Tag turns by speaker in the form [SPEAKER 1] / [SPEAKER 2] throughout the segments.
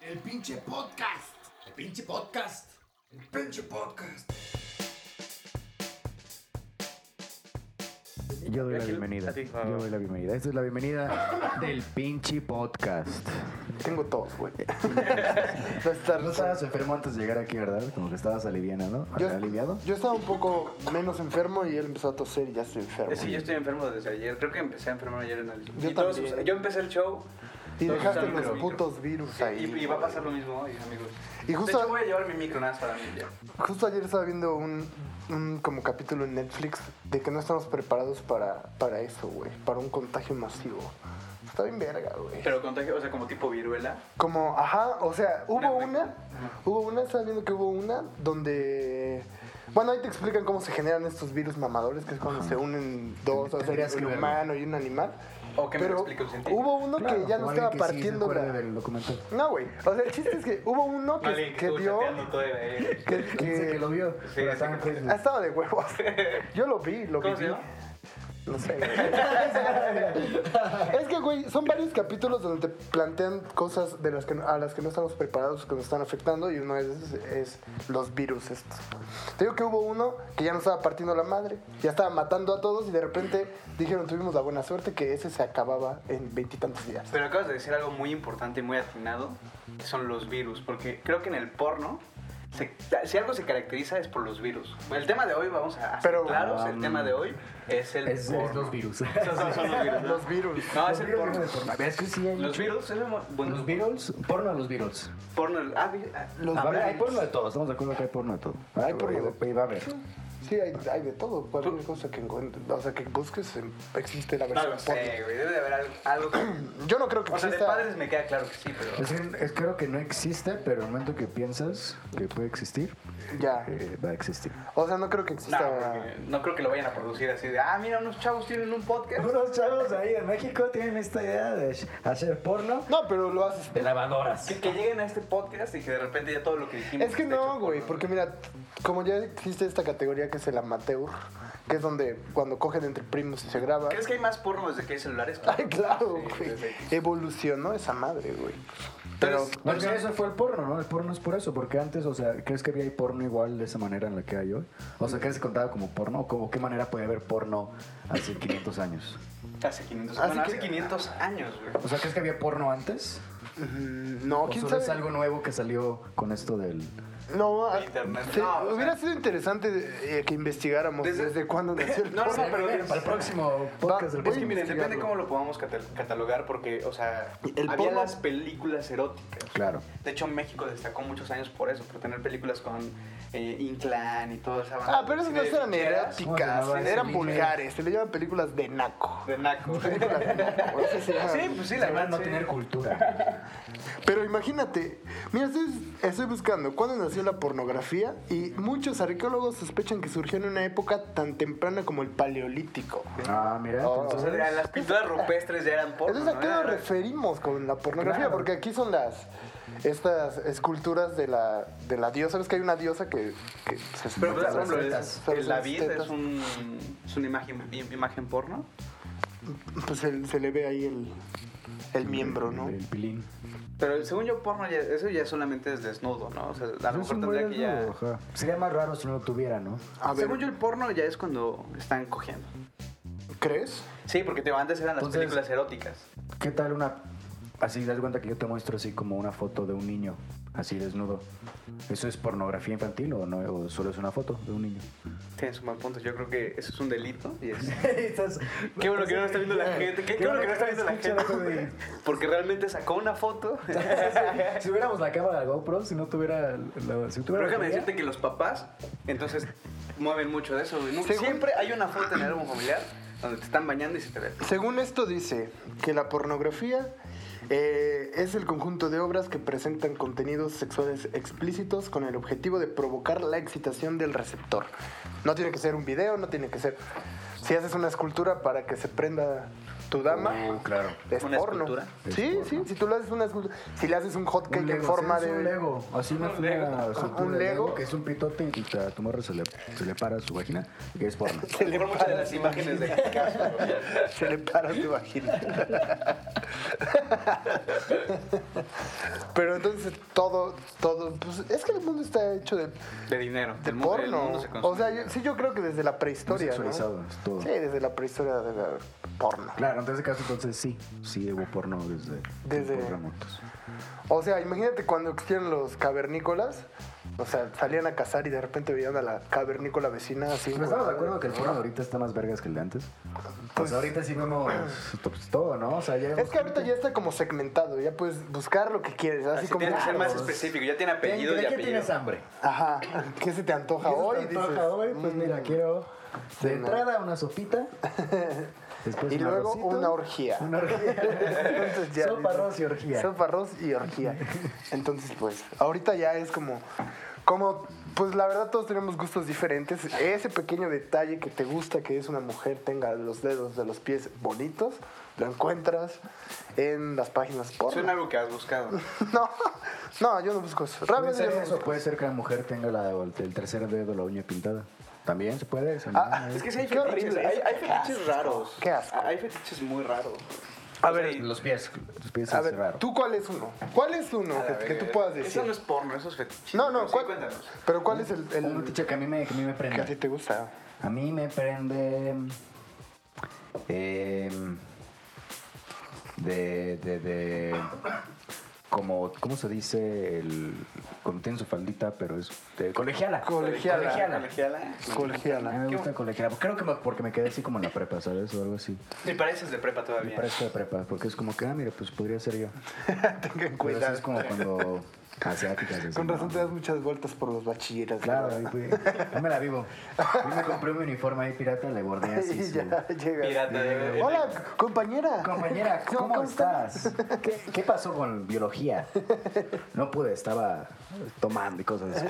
[SPEAKER 1] El pinche podcast.
[SPEAKER 2] El pinche podcast.
[SPEAKER 1] El pinche podcast.
[SPEAKER 3] Yo doy la
[SPEAKER 4] Aquí-
[SPEAKER 3] bienvenida.
[SPEAKER 4] a ti.
[SPEAKER 3] Yo doy la bienvenida. Esta es la bienvenida del pinche podcast.
[SPEAKER 5] Tengo tos, güey. Va a estar-
[SPEAKER 3] No estabas enfermo antes de llegar aquí, ¿verdad? Como que estabas aliviado, ¿no?
[SPEAKER 5] yo,
[SPEAKER 3] ¿Aliviado?
[SPEAKER 5] yo estaba un poco menos enfermo y él empezó a toser y ya estoy enfermo.
[SPEAKER 4] Sí, yo estoy enfermo desde ayer. Creo que empecé a enfermar ayer en el.
[SPEAKER 5] Yo
[SPEAKER 4] y todos
[SPEAKER 5] también.
[SPEAKER 4] sus- yo empecé el show.
[SPEAKER 5] y
[SPEAKER 4] todos
[SPEAKER 5] dejaste
[SPEAKER 4] usaron
[SPEAKER 5] los
[SPEAKER 4] micro.
[SPEAKER 5] putos virus
[SPEAKER 4] Sí,
[SPEAKER 5] ahí.
[SPEAKER 4] y, y va a
[SPEAKER 5] güey.
[SPEAKER 4] pasar lo mismo hoy, amigos.
[SPEAKER 5] Y justo-
[SPEAKER 4] De hecho, voy a llevar mi micro nada más para mí. ya.
[SPEAKER 5] Justo ayer estaba viendo un, un como capítulo en Netflix de que no estamos preparados para, para eso, güey. Para un contagio masivo. Está bien verga, güey.
[SPEAKER 4] Pero contagio, o sea, como tipo viruela.
[SPEAKER 5] Como, ajá, o sea,
[SPEAKER 4] Una
[SPEAKER 5] hubo
[SPEAKER 4] buena-
[SPEAKER 5] una, hubo una, estaba viendo que hubo una donde... Bueno, ahí te explican cómo se generan estos virus mamadores, que es cuando se unen dos, o sea,
[SPEAKER 3] Tendrías
[SPEAKER 5] un
[SPEAKER 3] que verlo.
[SPEAKER 5] humano y un animal.
[SPEAKER 4] O que me lo
[SPEAKER 5] Pero
[SPEAKER 4] explique un científico.
[SPEAKER 5] Hubo uno que ya no
[SPEAKER 3] como
[SPEAKER 5] estaba
[SPEAKER 3] alguien que sí se
[SPEAKER 5] partiendo
[SPEAKER 3] acuerde
[SPEAKER 5] la-
[SPEAKER 3] del documental.
[SPEAKER 5] No, güey. O sea, el chiste es que hubo uno que,
[SPEAKER 4] Alguien
[SPEAKER 5] que
[SPEAKER 4] estuvo
[SPEAKER 5] dio...
[SPEAKER 4] chateando todo el-
[SPEAKER 5] Que,
[SPEAKER 3] Dice que
[SPEAKER 5] que
[SPEAKER 3] lo vio. pero estaba en
[SPEAKER 4] sí.
[SPEAKER 3] Facebook.
[SPEAKER 5] ha estado de huevos. Yo lo vi, lo
[SPEAKER 4] ¿Cómo
[SPEAKER 5] viví.
[SPEAKER 4] se llama?
[SPEAKER 5] No sé. güey. es que, güey, son varios capítulos donde te plantean cosas de las que, no- a las que no estamos preparados, que nos están afectando, y uno es, es los virus estos. Te digo que hubo uno que ya nos estaba partiendo la madre, ya estaba matando a todos, y de repente dijeron, tuvimos la buena suerte que ese se acababa en veintitantos días.
[SPEAKER 4] Pero acabas de decir algo muy importante y muy atinado, que son los virus, porque creo que en el porno, se- si algo se caracteriza es por los virus. El tema de hoy, vamos a hacer
[SPEAKER 5] Pero- um,
[SPEAKER 4] claros, el tema de hoy es el
[SPEAKER 3] Es,
[SPEAKER 4] porno.
[SPEAKER 3] es los virus.
[SPEAKER 4] Esos son- son los virus. ¿no?
[SPEAKER 5] Los virus.
[SPEAKER 4] No, es el porno.
[SPEAKER 3] Es que sí hay
[SPEAKER 4] Los
[SPEAKER 3] mucho-
[SPEAKER 4] virus, es muy- bueno,
[SPEAKER 3] Los virus, porno de los virus.
[SPEAKER 4] porno, ah, vi- ah,
[SPEAKER 5] Los
[SPEAKER 3] Pues, A ver, hay
[SPEAKER 5] virus.
[SPEAKER 3] porno de todo, estamos de acuerdo que hay porno de todo.
[SPEAKER 5] Hay porno de-
[SPEAKER 3] Y va a haber.
[SPEAKER 5] Sí, hay, hay de todo. Cualquier cosa que encuentres, o sea, que busques, em, existe la
[SPEAKER 4] no
[SPEAKER 5] versión.
[SPEAKER 4] lo sé, güey, debe de haber algo- algo. que-
[SPEAKER 5] porno. Yo no creo que
[SPEAKER 4] O sea, de
[SPEAKER 5] exista.
[SPEAKER 4] padres me queda claro que sí, pero
[SPEAKER 3] Es que es- creo que no existe, pero en el momento que piensas que puede existir,
[SPEAKER 5] Ya.
[SPEAKER 3] eh, va a existir.
[SPEAKER 5] O sea, no creo que
[SPEAKER 4] no,
[SPEAKER 5] exista.
[SPEAKER 4] porque no creo que lo vayan a producir así de, ah, mira, unos chavos tienen un podcast.
[SPEAKER 3] Unos chavos ahí de México tienen esta idea de hacer porno
[SPEAKER 5] No, pero lo haces.
[SPEAKER 3] de lavadoras.
[SPEAKER 4] Que, que lleguen a este podcast y que de repente ya todo lo que dijimos.
[SPEAKER 5] Es que
[SPEAKER 4] está
[SPEAKER 5] no,
[SPEAKER 4] hecho
[SPEAKER 5] güey,
[SPEAKER 4] porno.
[SPEAKER 5] porque mira, como ya existe esta categoría que es el amateur, que es donde cuando cogen entre primos y se graba.
[SPEAKER 4] ¿Crees que hay más porno desde que hay celulares?
[SPEAKER 5] Ay, claro,
[SPEAKER 4] Sí,
[SPEAKER 5] güey.
[SPEAKER 4] desde que-
[SPEAKER 5] Evolucionó esa madre, güey. Pero pues,
[SPEAKER 4] Entonces,
[SPEAKER 3] No, es que eso fue el porno, ¿no? El porno es por eso, porque antes, o sea, ¿crees que había porno igual de esa manera en la que hay hoy? O sea, ¿crees que se contaba como porno? ¿O como qué manera puede haber porno hace 500 años?
[SPEAKER 4] Hace 500,
[SPEAKER 5] Así
[SPEAKER 4] bueno,
[SPEAKER 5] que-
[SPEAKER 4] hace 500 años, güey.
[SPEAKER 3] O sea, ¿crees que había porno antes?
[SPEAKER 5] mm, no,
[SPEAKER 3] ¿O
[SPEAKER 5] quién
[SPEAKER 3] solo es
[SPEAKER 5] sabe.
[SPEAKER 3] algo nuevo que salió con esto del...
[SPEAKER 5] No, ah,
[SPEAKER 4] Internet.
[SPEAKER 5] se-
[SPEAKER 4] No, o
[SPEAKER 5] hubiera
[SPEAKER 4] sea-
[SPEAKER 5] sido interesante eh, que investigáramos
[SPEAKER 4] Desde-
[SPEAKER 5] desde, cuándo nació el
[SPEAKER 4] No, no,
[SPEAKER 5] porno.
[SPEAKER 4] no, pero
[SPEAKER 3] Para el próximo podcast del porno.
[SPEAKER 4] Es
[SPEAKER 5] Va,
[SPEAKER 4] que miren, depende
[SPEAKER 5] investigarlo.
[SPEAKER 4] cómo lo podamos catal- catalogar, porque, o sea,
[SPEAKER 5] El
[SPEAKER 4] había
[SPEAKER 5] porno-
[SPEAKER 4] las películas eróticas.
[SPEAKER 3] Claro.
[SPEAKER 4] De hecho, México destacó muchos años por eso, por tener películas con eh, Inclán y todo esa banda
[SPEAKER 5] Ah, pero esas
[SPEAKER 4] así
[SPEAKER 5] no
[SPEAKER 4] de
[SPEAKER 5] eran
[SPEAKER 4] ficheras,
[SPEAKER 3] ¿Cómo se
[SPEAKER 5] eróticas,
[SPEAKER 3] llamaba ese
[SPEAKER 5] eran
[SPEAKER 3] niño?
[SPEAKER 5] vulgares. Se le llaman películas de naco.
[SPEAKER 4] De naco.
[SPEAKER 5] Películas de naco, así se llaman.
[SPEAKER 4] Sí, pues sí, la verdad.
[SPEAKER 3] no
[SPEAKER 4] sí.
[SPEAKER 3] tener cultura.
[SPEAKER 5] Pero imagínate, mira, estoy, estoy buscando cuándo nació la pornografía y muchos arqueólogos sospechan que surgió en una época tan temprana como el paleolítico.
[SPEAKER 3] Ah, mira,
[SPEAKER 5] Oh.
[SPEAKER 4] O sea,
[SPEAKER 3] entonces...
[SPEAKER 4] las pinturas rupestres ya eran porno.
[SPEAKER 5] Entonces, ¿a
[SPEAKER 4] ¿no?
[SPEAKER 5] qué
[SPEAKER 4] Era-
[SPEAKER 5] nos referimos con la pornografía?
[SPEAKER 3] Claro.
[SPEAKER 5] Porque aquí son las estas esculturas de la, de la diosa. ¿Sabes que hay una diosa que, que se
[SPEAKER 4] Pero, por
[SPEAKER 5] las
[SPEAKER 4] ejemplo,
[SPEAKER 5] tetas?
[SPEAKER 4] es-
[SPEAKER 5] Son
[SPEAKER 4] el
[SPEAKER 5] las
[SPEAKER 4] David
[SPEAKER 5] tetas.
[SPEAKER 4] es, un, es una imagen, im- imagen porno.
[SPEAKER 5] Pues el- se le ve ahí el, el miembro, ¿no?
[SPEAKER 3] El pilín.
[SPEAKER 4] Pero según yo, porno, ya- eso ya solamente es desnudo, ¿no? O sea, a lo
[SPEAKER 3] Pues Es un
[SPEAKER 4] mejor tendría
[SPEAKER 3] buen
[SPEAKER 4] que ya.
[SPEAKER 3] desnudo, ajá. Sería más raro si no lo tuviera, ¿no?
[SPEAKER 5] A ver,
[SPEAKER 4] Según yo, el porno ya es cuando están cogiendo.
[SPEAKER 5] ¿crees?
[SPEAKER 4] Sí, porque te antes eran las
[SPEAKER 3] Entonces-
[SPEAKER 4] películas eróticas.
[SPEAKER 3] ¿Qué tal una... Así, das cuenta que yo te muestro así como una foto de un niño, así desnudo. ¿Eso es pornografía infantil o no? ¿O solo es una foto de un niño?
[SPEAKER 4] Tienes un buen punto. Yo creo que eso es un delito. y es-
[SPEAKER 3] Estás-
[SPEAKER 4] Qué bueno que no lo está viendo la gente. Qué, qué bueno que no está viendo la
[SPEAKER 3] escucha,
[SPEAKER 4] gente. Porque realmente sacó una foto.
[SPEAKER 3] güey. si hubiéramos la cámara de GoPro, si no tuviera... la- si tuviera
[SPEAKER 4] Pero déjame
[SPEAKER 3] la-
[SPEAKER 4] decirte que los papás, entonces, mueven mucho de eso. güey. Nu-
[SPEAKER 5] Según-
[SPEAKER 4] Siempre hay una foto en el álbum familiar donde te están bañando y se te ve.
[SPEAKER 5] Según esto dice que la pornografía eh, es el conjunto de obras que presentan contenidos sexuales explícitos con el objetivo de provocar la excitación del receptor. No tiene que ser un video, no tiene que ser... Si haces una escultura para que se prenda tu dama,
[SPEAKER 3] Uh, claro.
[SPEAKER 5] es
[SPEAKER 4] ¿Una
[SPEAKER 5] porno.
[SPEAKER 4] escultura?
[SPEAKER 5] Sí, sí, si tú le haces una escultura, si le haces un hot cake
[SPEAKER 3] Un
[SPEAKER 5] en
[SPEAKER 3] Lego,
[SPEAKER 5] forma
[SPEAKER 3] sí, es
[SPEAKER 5] de... Ah,
[SPEAKER 3] un Lego. Así me fui
[SPEAKER 4] Lego.
[SPEAKER 3] a soltura
[SPEAKER 5] Un
[SPEAKER 3] de
[SPEAKER 5] Lego.
[SPEAKER 3] que es un pitote y a tu morro se le, se le para su vagina, que es porno.
[SPEAKER 5] Se le,
[SPEAKER 4] Por muchas de
[SPEAKER 5] para,
[SPEAKER 4] las imágenes de Picasso. güey.
[SPEAKER 5] se le para tu vagina. Pero entonces todo, todo, pues es que el mundo está hecho de,
[SPEAKER 4] De dinero.
[SPEAKER 5] de
[SPEAKER 4] el mundo- el
[SPEAKER 5] porno.
[SPEAKER 4] mundo se consume
[SPEAKER 5] o sea,
[SPEAKER 4] dinero.
[SPEAKER 5] yo- sí, yo creo que desde la prehistoria. ¿no?
[SPEAKER 3] Sexualizado, es todo.
[SPEAKER 5] Sí, desde la prehistoria debe haber porno.
[SPEAKER 3] Claro, en ese caso entonces sí, sí hubo porno desde,
[SPEAKER 5] Desde-
[SPEAKER 3] tiempos remotos.
[SPEAKER 5] O sea, imagínate cuando existieron los cavernícolas. O sea, salían a cazar y de repente veían a la cavernícola vecina así.
[SPEAKER 3] Pero estamos Pues de acuerdo que el porno de ahorita está más vergas que el de antes. Pues ahorita sí vemos pues, todo, ¿no? O sea, ya
[SPEAKER 5] Es que ahorita ya está como segmentado, ya puedes buscar lo que quieres, así,
[SPEAKER 4] Así
[SPEAKER 5] como...
[SPEAKER 4] tienes que ser más
[SPEAKER 3] Claro.
[SPEAKER 4] específico. Ya tiene
[SPEAKER 3] ¿De
[SPEAKER 4] apellido y
[SPEAKER 3] qué
[SPEAKER 4] apellido.
[SPEAKER 3] tienes hambre?
[SPEAKER 5] Ajá, ¿qué se te antoja hoy?
[SPEAKER 3] ¿Qué se te antoja
[SPEAKER 5] Dices,
[SPEAKER 3] hoy? Pues
[SPEAKER 5] mm.
[SPEAKER 3] mira, quiero de entrada una sopita, después
[SPEAKER 5] Y
[SPEAKER 3] un
[SPEAKER 5] luego
[SPEAKER 3] arrocito,
[SPEAKER 5] una orgía.
[SPEAKER 3] pues, Una orgía.
[SPEAKER 5] Entonces ya
[SPEAKER 3] Sopa,
[SPEAKER 5] dices,
[SPEAKER 3] arroz y orgía.
[SPEAKER 5] Sopa, arroz y orgía. Entonces, pues, ahorita ya es como... Como, pues la verdad todos tenemos gustos diferentes. Ese pequeño detalle que te gusta que es una mujer tenga los dedos de los pies bonitos, lo encuentras en las páginas
[SPEAKER 4] Suena
[SPEAKER 5] porno.
[SPEAKER 4] algo que has buscado.
[SPEAKER 5] No, no, yo no busco eso.
[SPEAKER 3] Puede
[SPEAKER 5] Realmente
[SPEAKER 3] ser
[SPEAKER 5] yo no
[SPEAKER 3] eso,
[SPEAKER 5] busco.
[SPEAKER 3] puede ser que la mujer tenga la, el tercer dedo, la uña pintada. También se puede eso. ¿no?
[SPEAKER 5] Ah,
[SPEAKER 4] Es que sí hay
[SPEAKER 5] Qué
[SPEAKER 4] fetiches.
[SPEAKER 5] horrible.
[SPEAKER 4] Hay, hay
[SPEAKER 3] Ah,
[SPEAKER 5] Qué
[SPEAKER 4] fetiches
[SPEAKER 5] asco.
[SPEAKER 4] raros.
[SPEAKER 5] Qué asco.
[SPEAKER 4] Hay fetiches muy raros.
[SPEAKER 5] A
[SPEAKER 4] O sea,
[SPEAKER 5] ver,
[SPEAKER 4] y-
[SPEAKER 3] Los pies, los pies
[SPEAKER 5] A
[SPEAKER 3] es
[SPEAKER 5] ver,
[SPEAKER 3] raro.
[SPEAKER 5] ¿tú cuál es uno? ¿Cuál es uno
[SPEAKER 4] A
[SPEAKER 5] que, que
[SPEAKER 4] ver,
[SPEAKER 5] tú puedas
[SPEAKER 4] Eso
[SPEAKER 5] decir?
[SPEAKER 4] no es porno, eso es fetiche.
[SPEAKER 5] No, no,
[SPEAKER 4] Pero sí,
[SPEAKER 5] ¿cuál,
[SPEAKER 4] cuéntanos.
[SPEAKER 5] pero ¿cuál es el, el
[SPEAKER 3] Un fetiche que a mí me, que a mí me
[SPEAKER 5] que a ti
[SPEAKER 3] prende.
[SPEAKER 5] te gusta?
[SPEAKER 3] A mí me prende... em, de, de, de... Como, ¿cómo se dice? El, cuando tiene su faldita, pero es... de colegiala.
[SPEAKER 5] Colegiala.
[SPEAKER 4] Colegiala.
[SPEAKER 3] A mí
[SPEAKER 5] Colegiala.
[SPEAKER 3] me gusta colegiala. Creo que me- porque me quedé así como en la prepa, ¿sabes? O algo así.
[SPEAKER 4] Y pareces de prepa
[SPEAKER 3] Me
[SPEAKER 4] todavía.
[SPEAKER 3] parece de prepa, porque es como que, ah, mira, pues podría ser yo.
[SPEAKER 5] Tengan
[SPEAKER 3] Pero eso es
[SPEAKER 5] cuidado.
[SPEAKER 3] como cuando asiáticas. así,
[SPEAKER 5] Con
[SPEAKER 3] ¿no?
[SPEAKER 5] razón te das muchas vueltas por los bachilleras.
[SPEAKER 3] Claro, ahí
[SPEAKER 5] ¿verdad?
[SPEAKER 3] fui. Yo me la vivo. Yo me compré mi uniforme ahí pirata, le bordé así.
[SPEAKER 5] Y
[SPEAKER 3] su-
[SPEAKER 5] ya llegas.
[SPEAKER 4] Pirata eh, de-
[SPEAKER 5] Hola, compañera.
[SPEAKER 3] eh, Compañera,
[SPEAKER 5] No,
[SPEAKER 3] ¿cómo estás? ¿Qué, qué pasó con biología? No pude, estaba tomando y cosas así.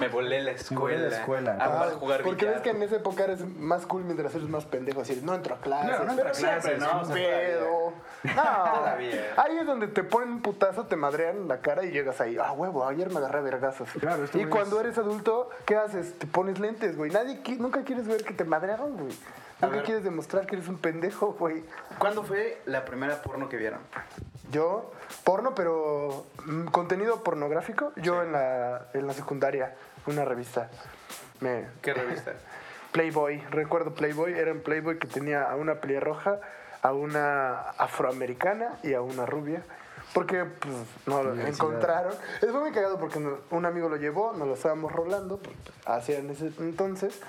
[SPEAKER 4] Me volé la
[SPEAKER 3] Me
[SPEAKER 4] escuela.
[SPEAKER 3] volé la escuela.
[SPEAKER 4] Ah,
[SPEAKER 5] Ah,
[SPEAKER 4] para jugar
[SPEAKER 5] porque
[SPEAKER 4] billar.
[SPEAKER 5] ves que en esa época eres más cool mientras eres más pendejo. Así, no entro a clases.
[SPEAKER 3] Claro, no entro a
[SPEAKER 4] siempre,
[SPEAKER 3] clases,
[SPEAKER 4] ¿no?
[SPEAKER 3] un
[SPEAKER 4] O sea,
[SPEAKER 5] pedo. No,
[SPEAKER 4] Todavía.
[SPEAKER 5] ahí es donde te ponen un putazo, te madrean en la cara y llegas ahí. Ah, huevo, ayer me agarré a vergazos.
[SPEAKER 3] Claro, esto
[SPEAKER 5] y
[SPEAKER 3] es-
[SPEAKER 5] cuando eres adulto, ¿qué haces? Te pones lentes, güey. Nadie, qui- nunca quieres ver que te madrearon, güey.
[SPEAKER 4] A
[SPEAKER 5] Nunca
[SPEAKER 4] ver.
[SPEAKER 5] quieres demostrar que eres un pendejo, güey.
[SPEAKER 4] ¿Cuándo fue la primera porno que vieron?
[SPEAKER 5] Yo, porno, pero mm, contenido pornográfico. Yo en, la, en la secundaria, una revista. Me,
[SPEAKER 4] ¿Qué revista?
[SPEAKER 5] Playboy, recuerdo Playboy, era un Playboy que tenía a una pelirroja, a una afroamericana y a una rubia. Porque pues, no lo
[SPEAKER 3] Diversidad.
[SPEAKER 5] encontraron. Es muy cagado porque no- un amigo lo llevó, nos lo estábamos rolando, hacía en ese entonces.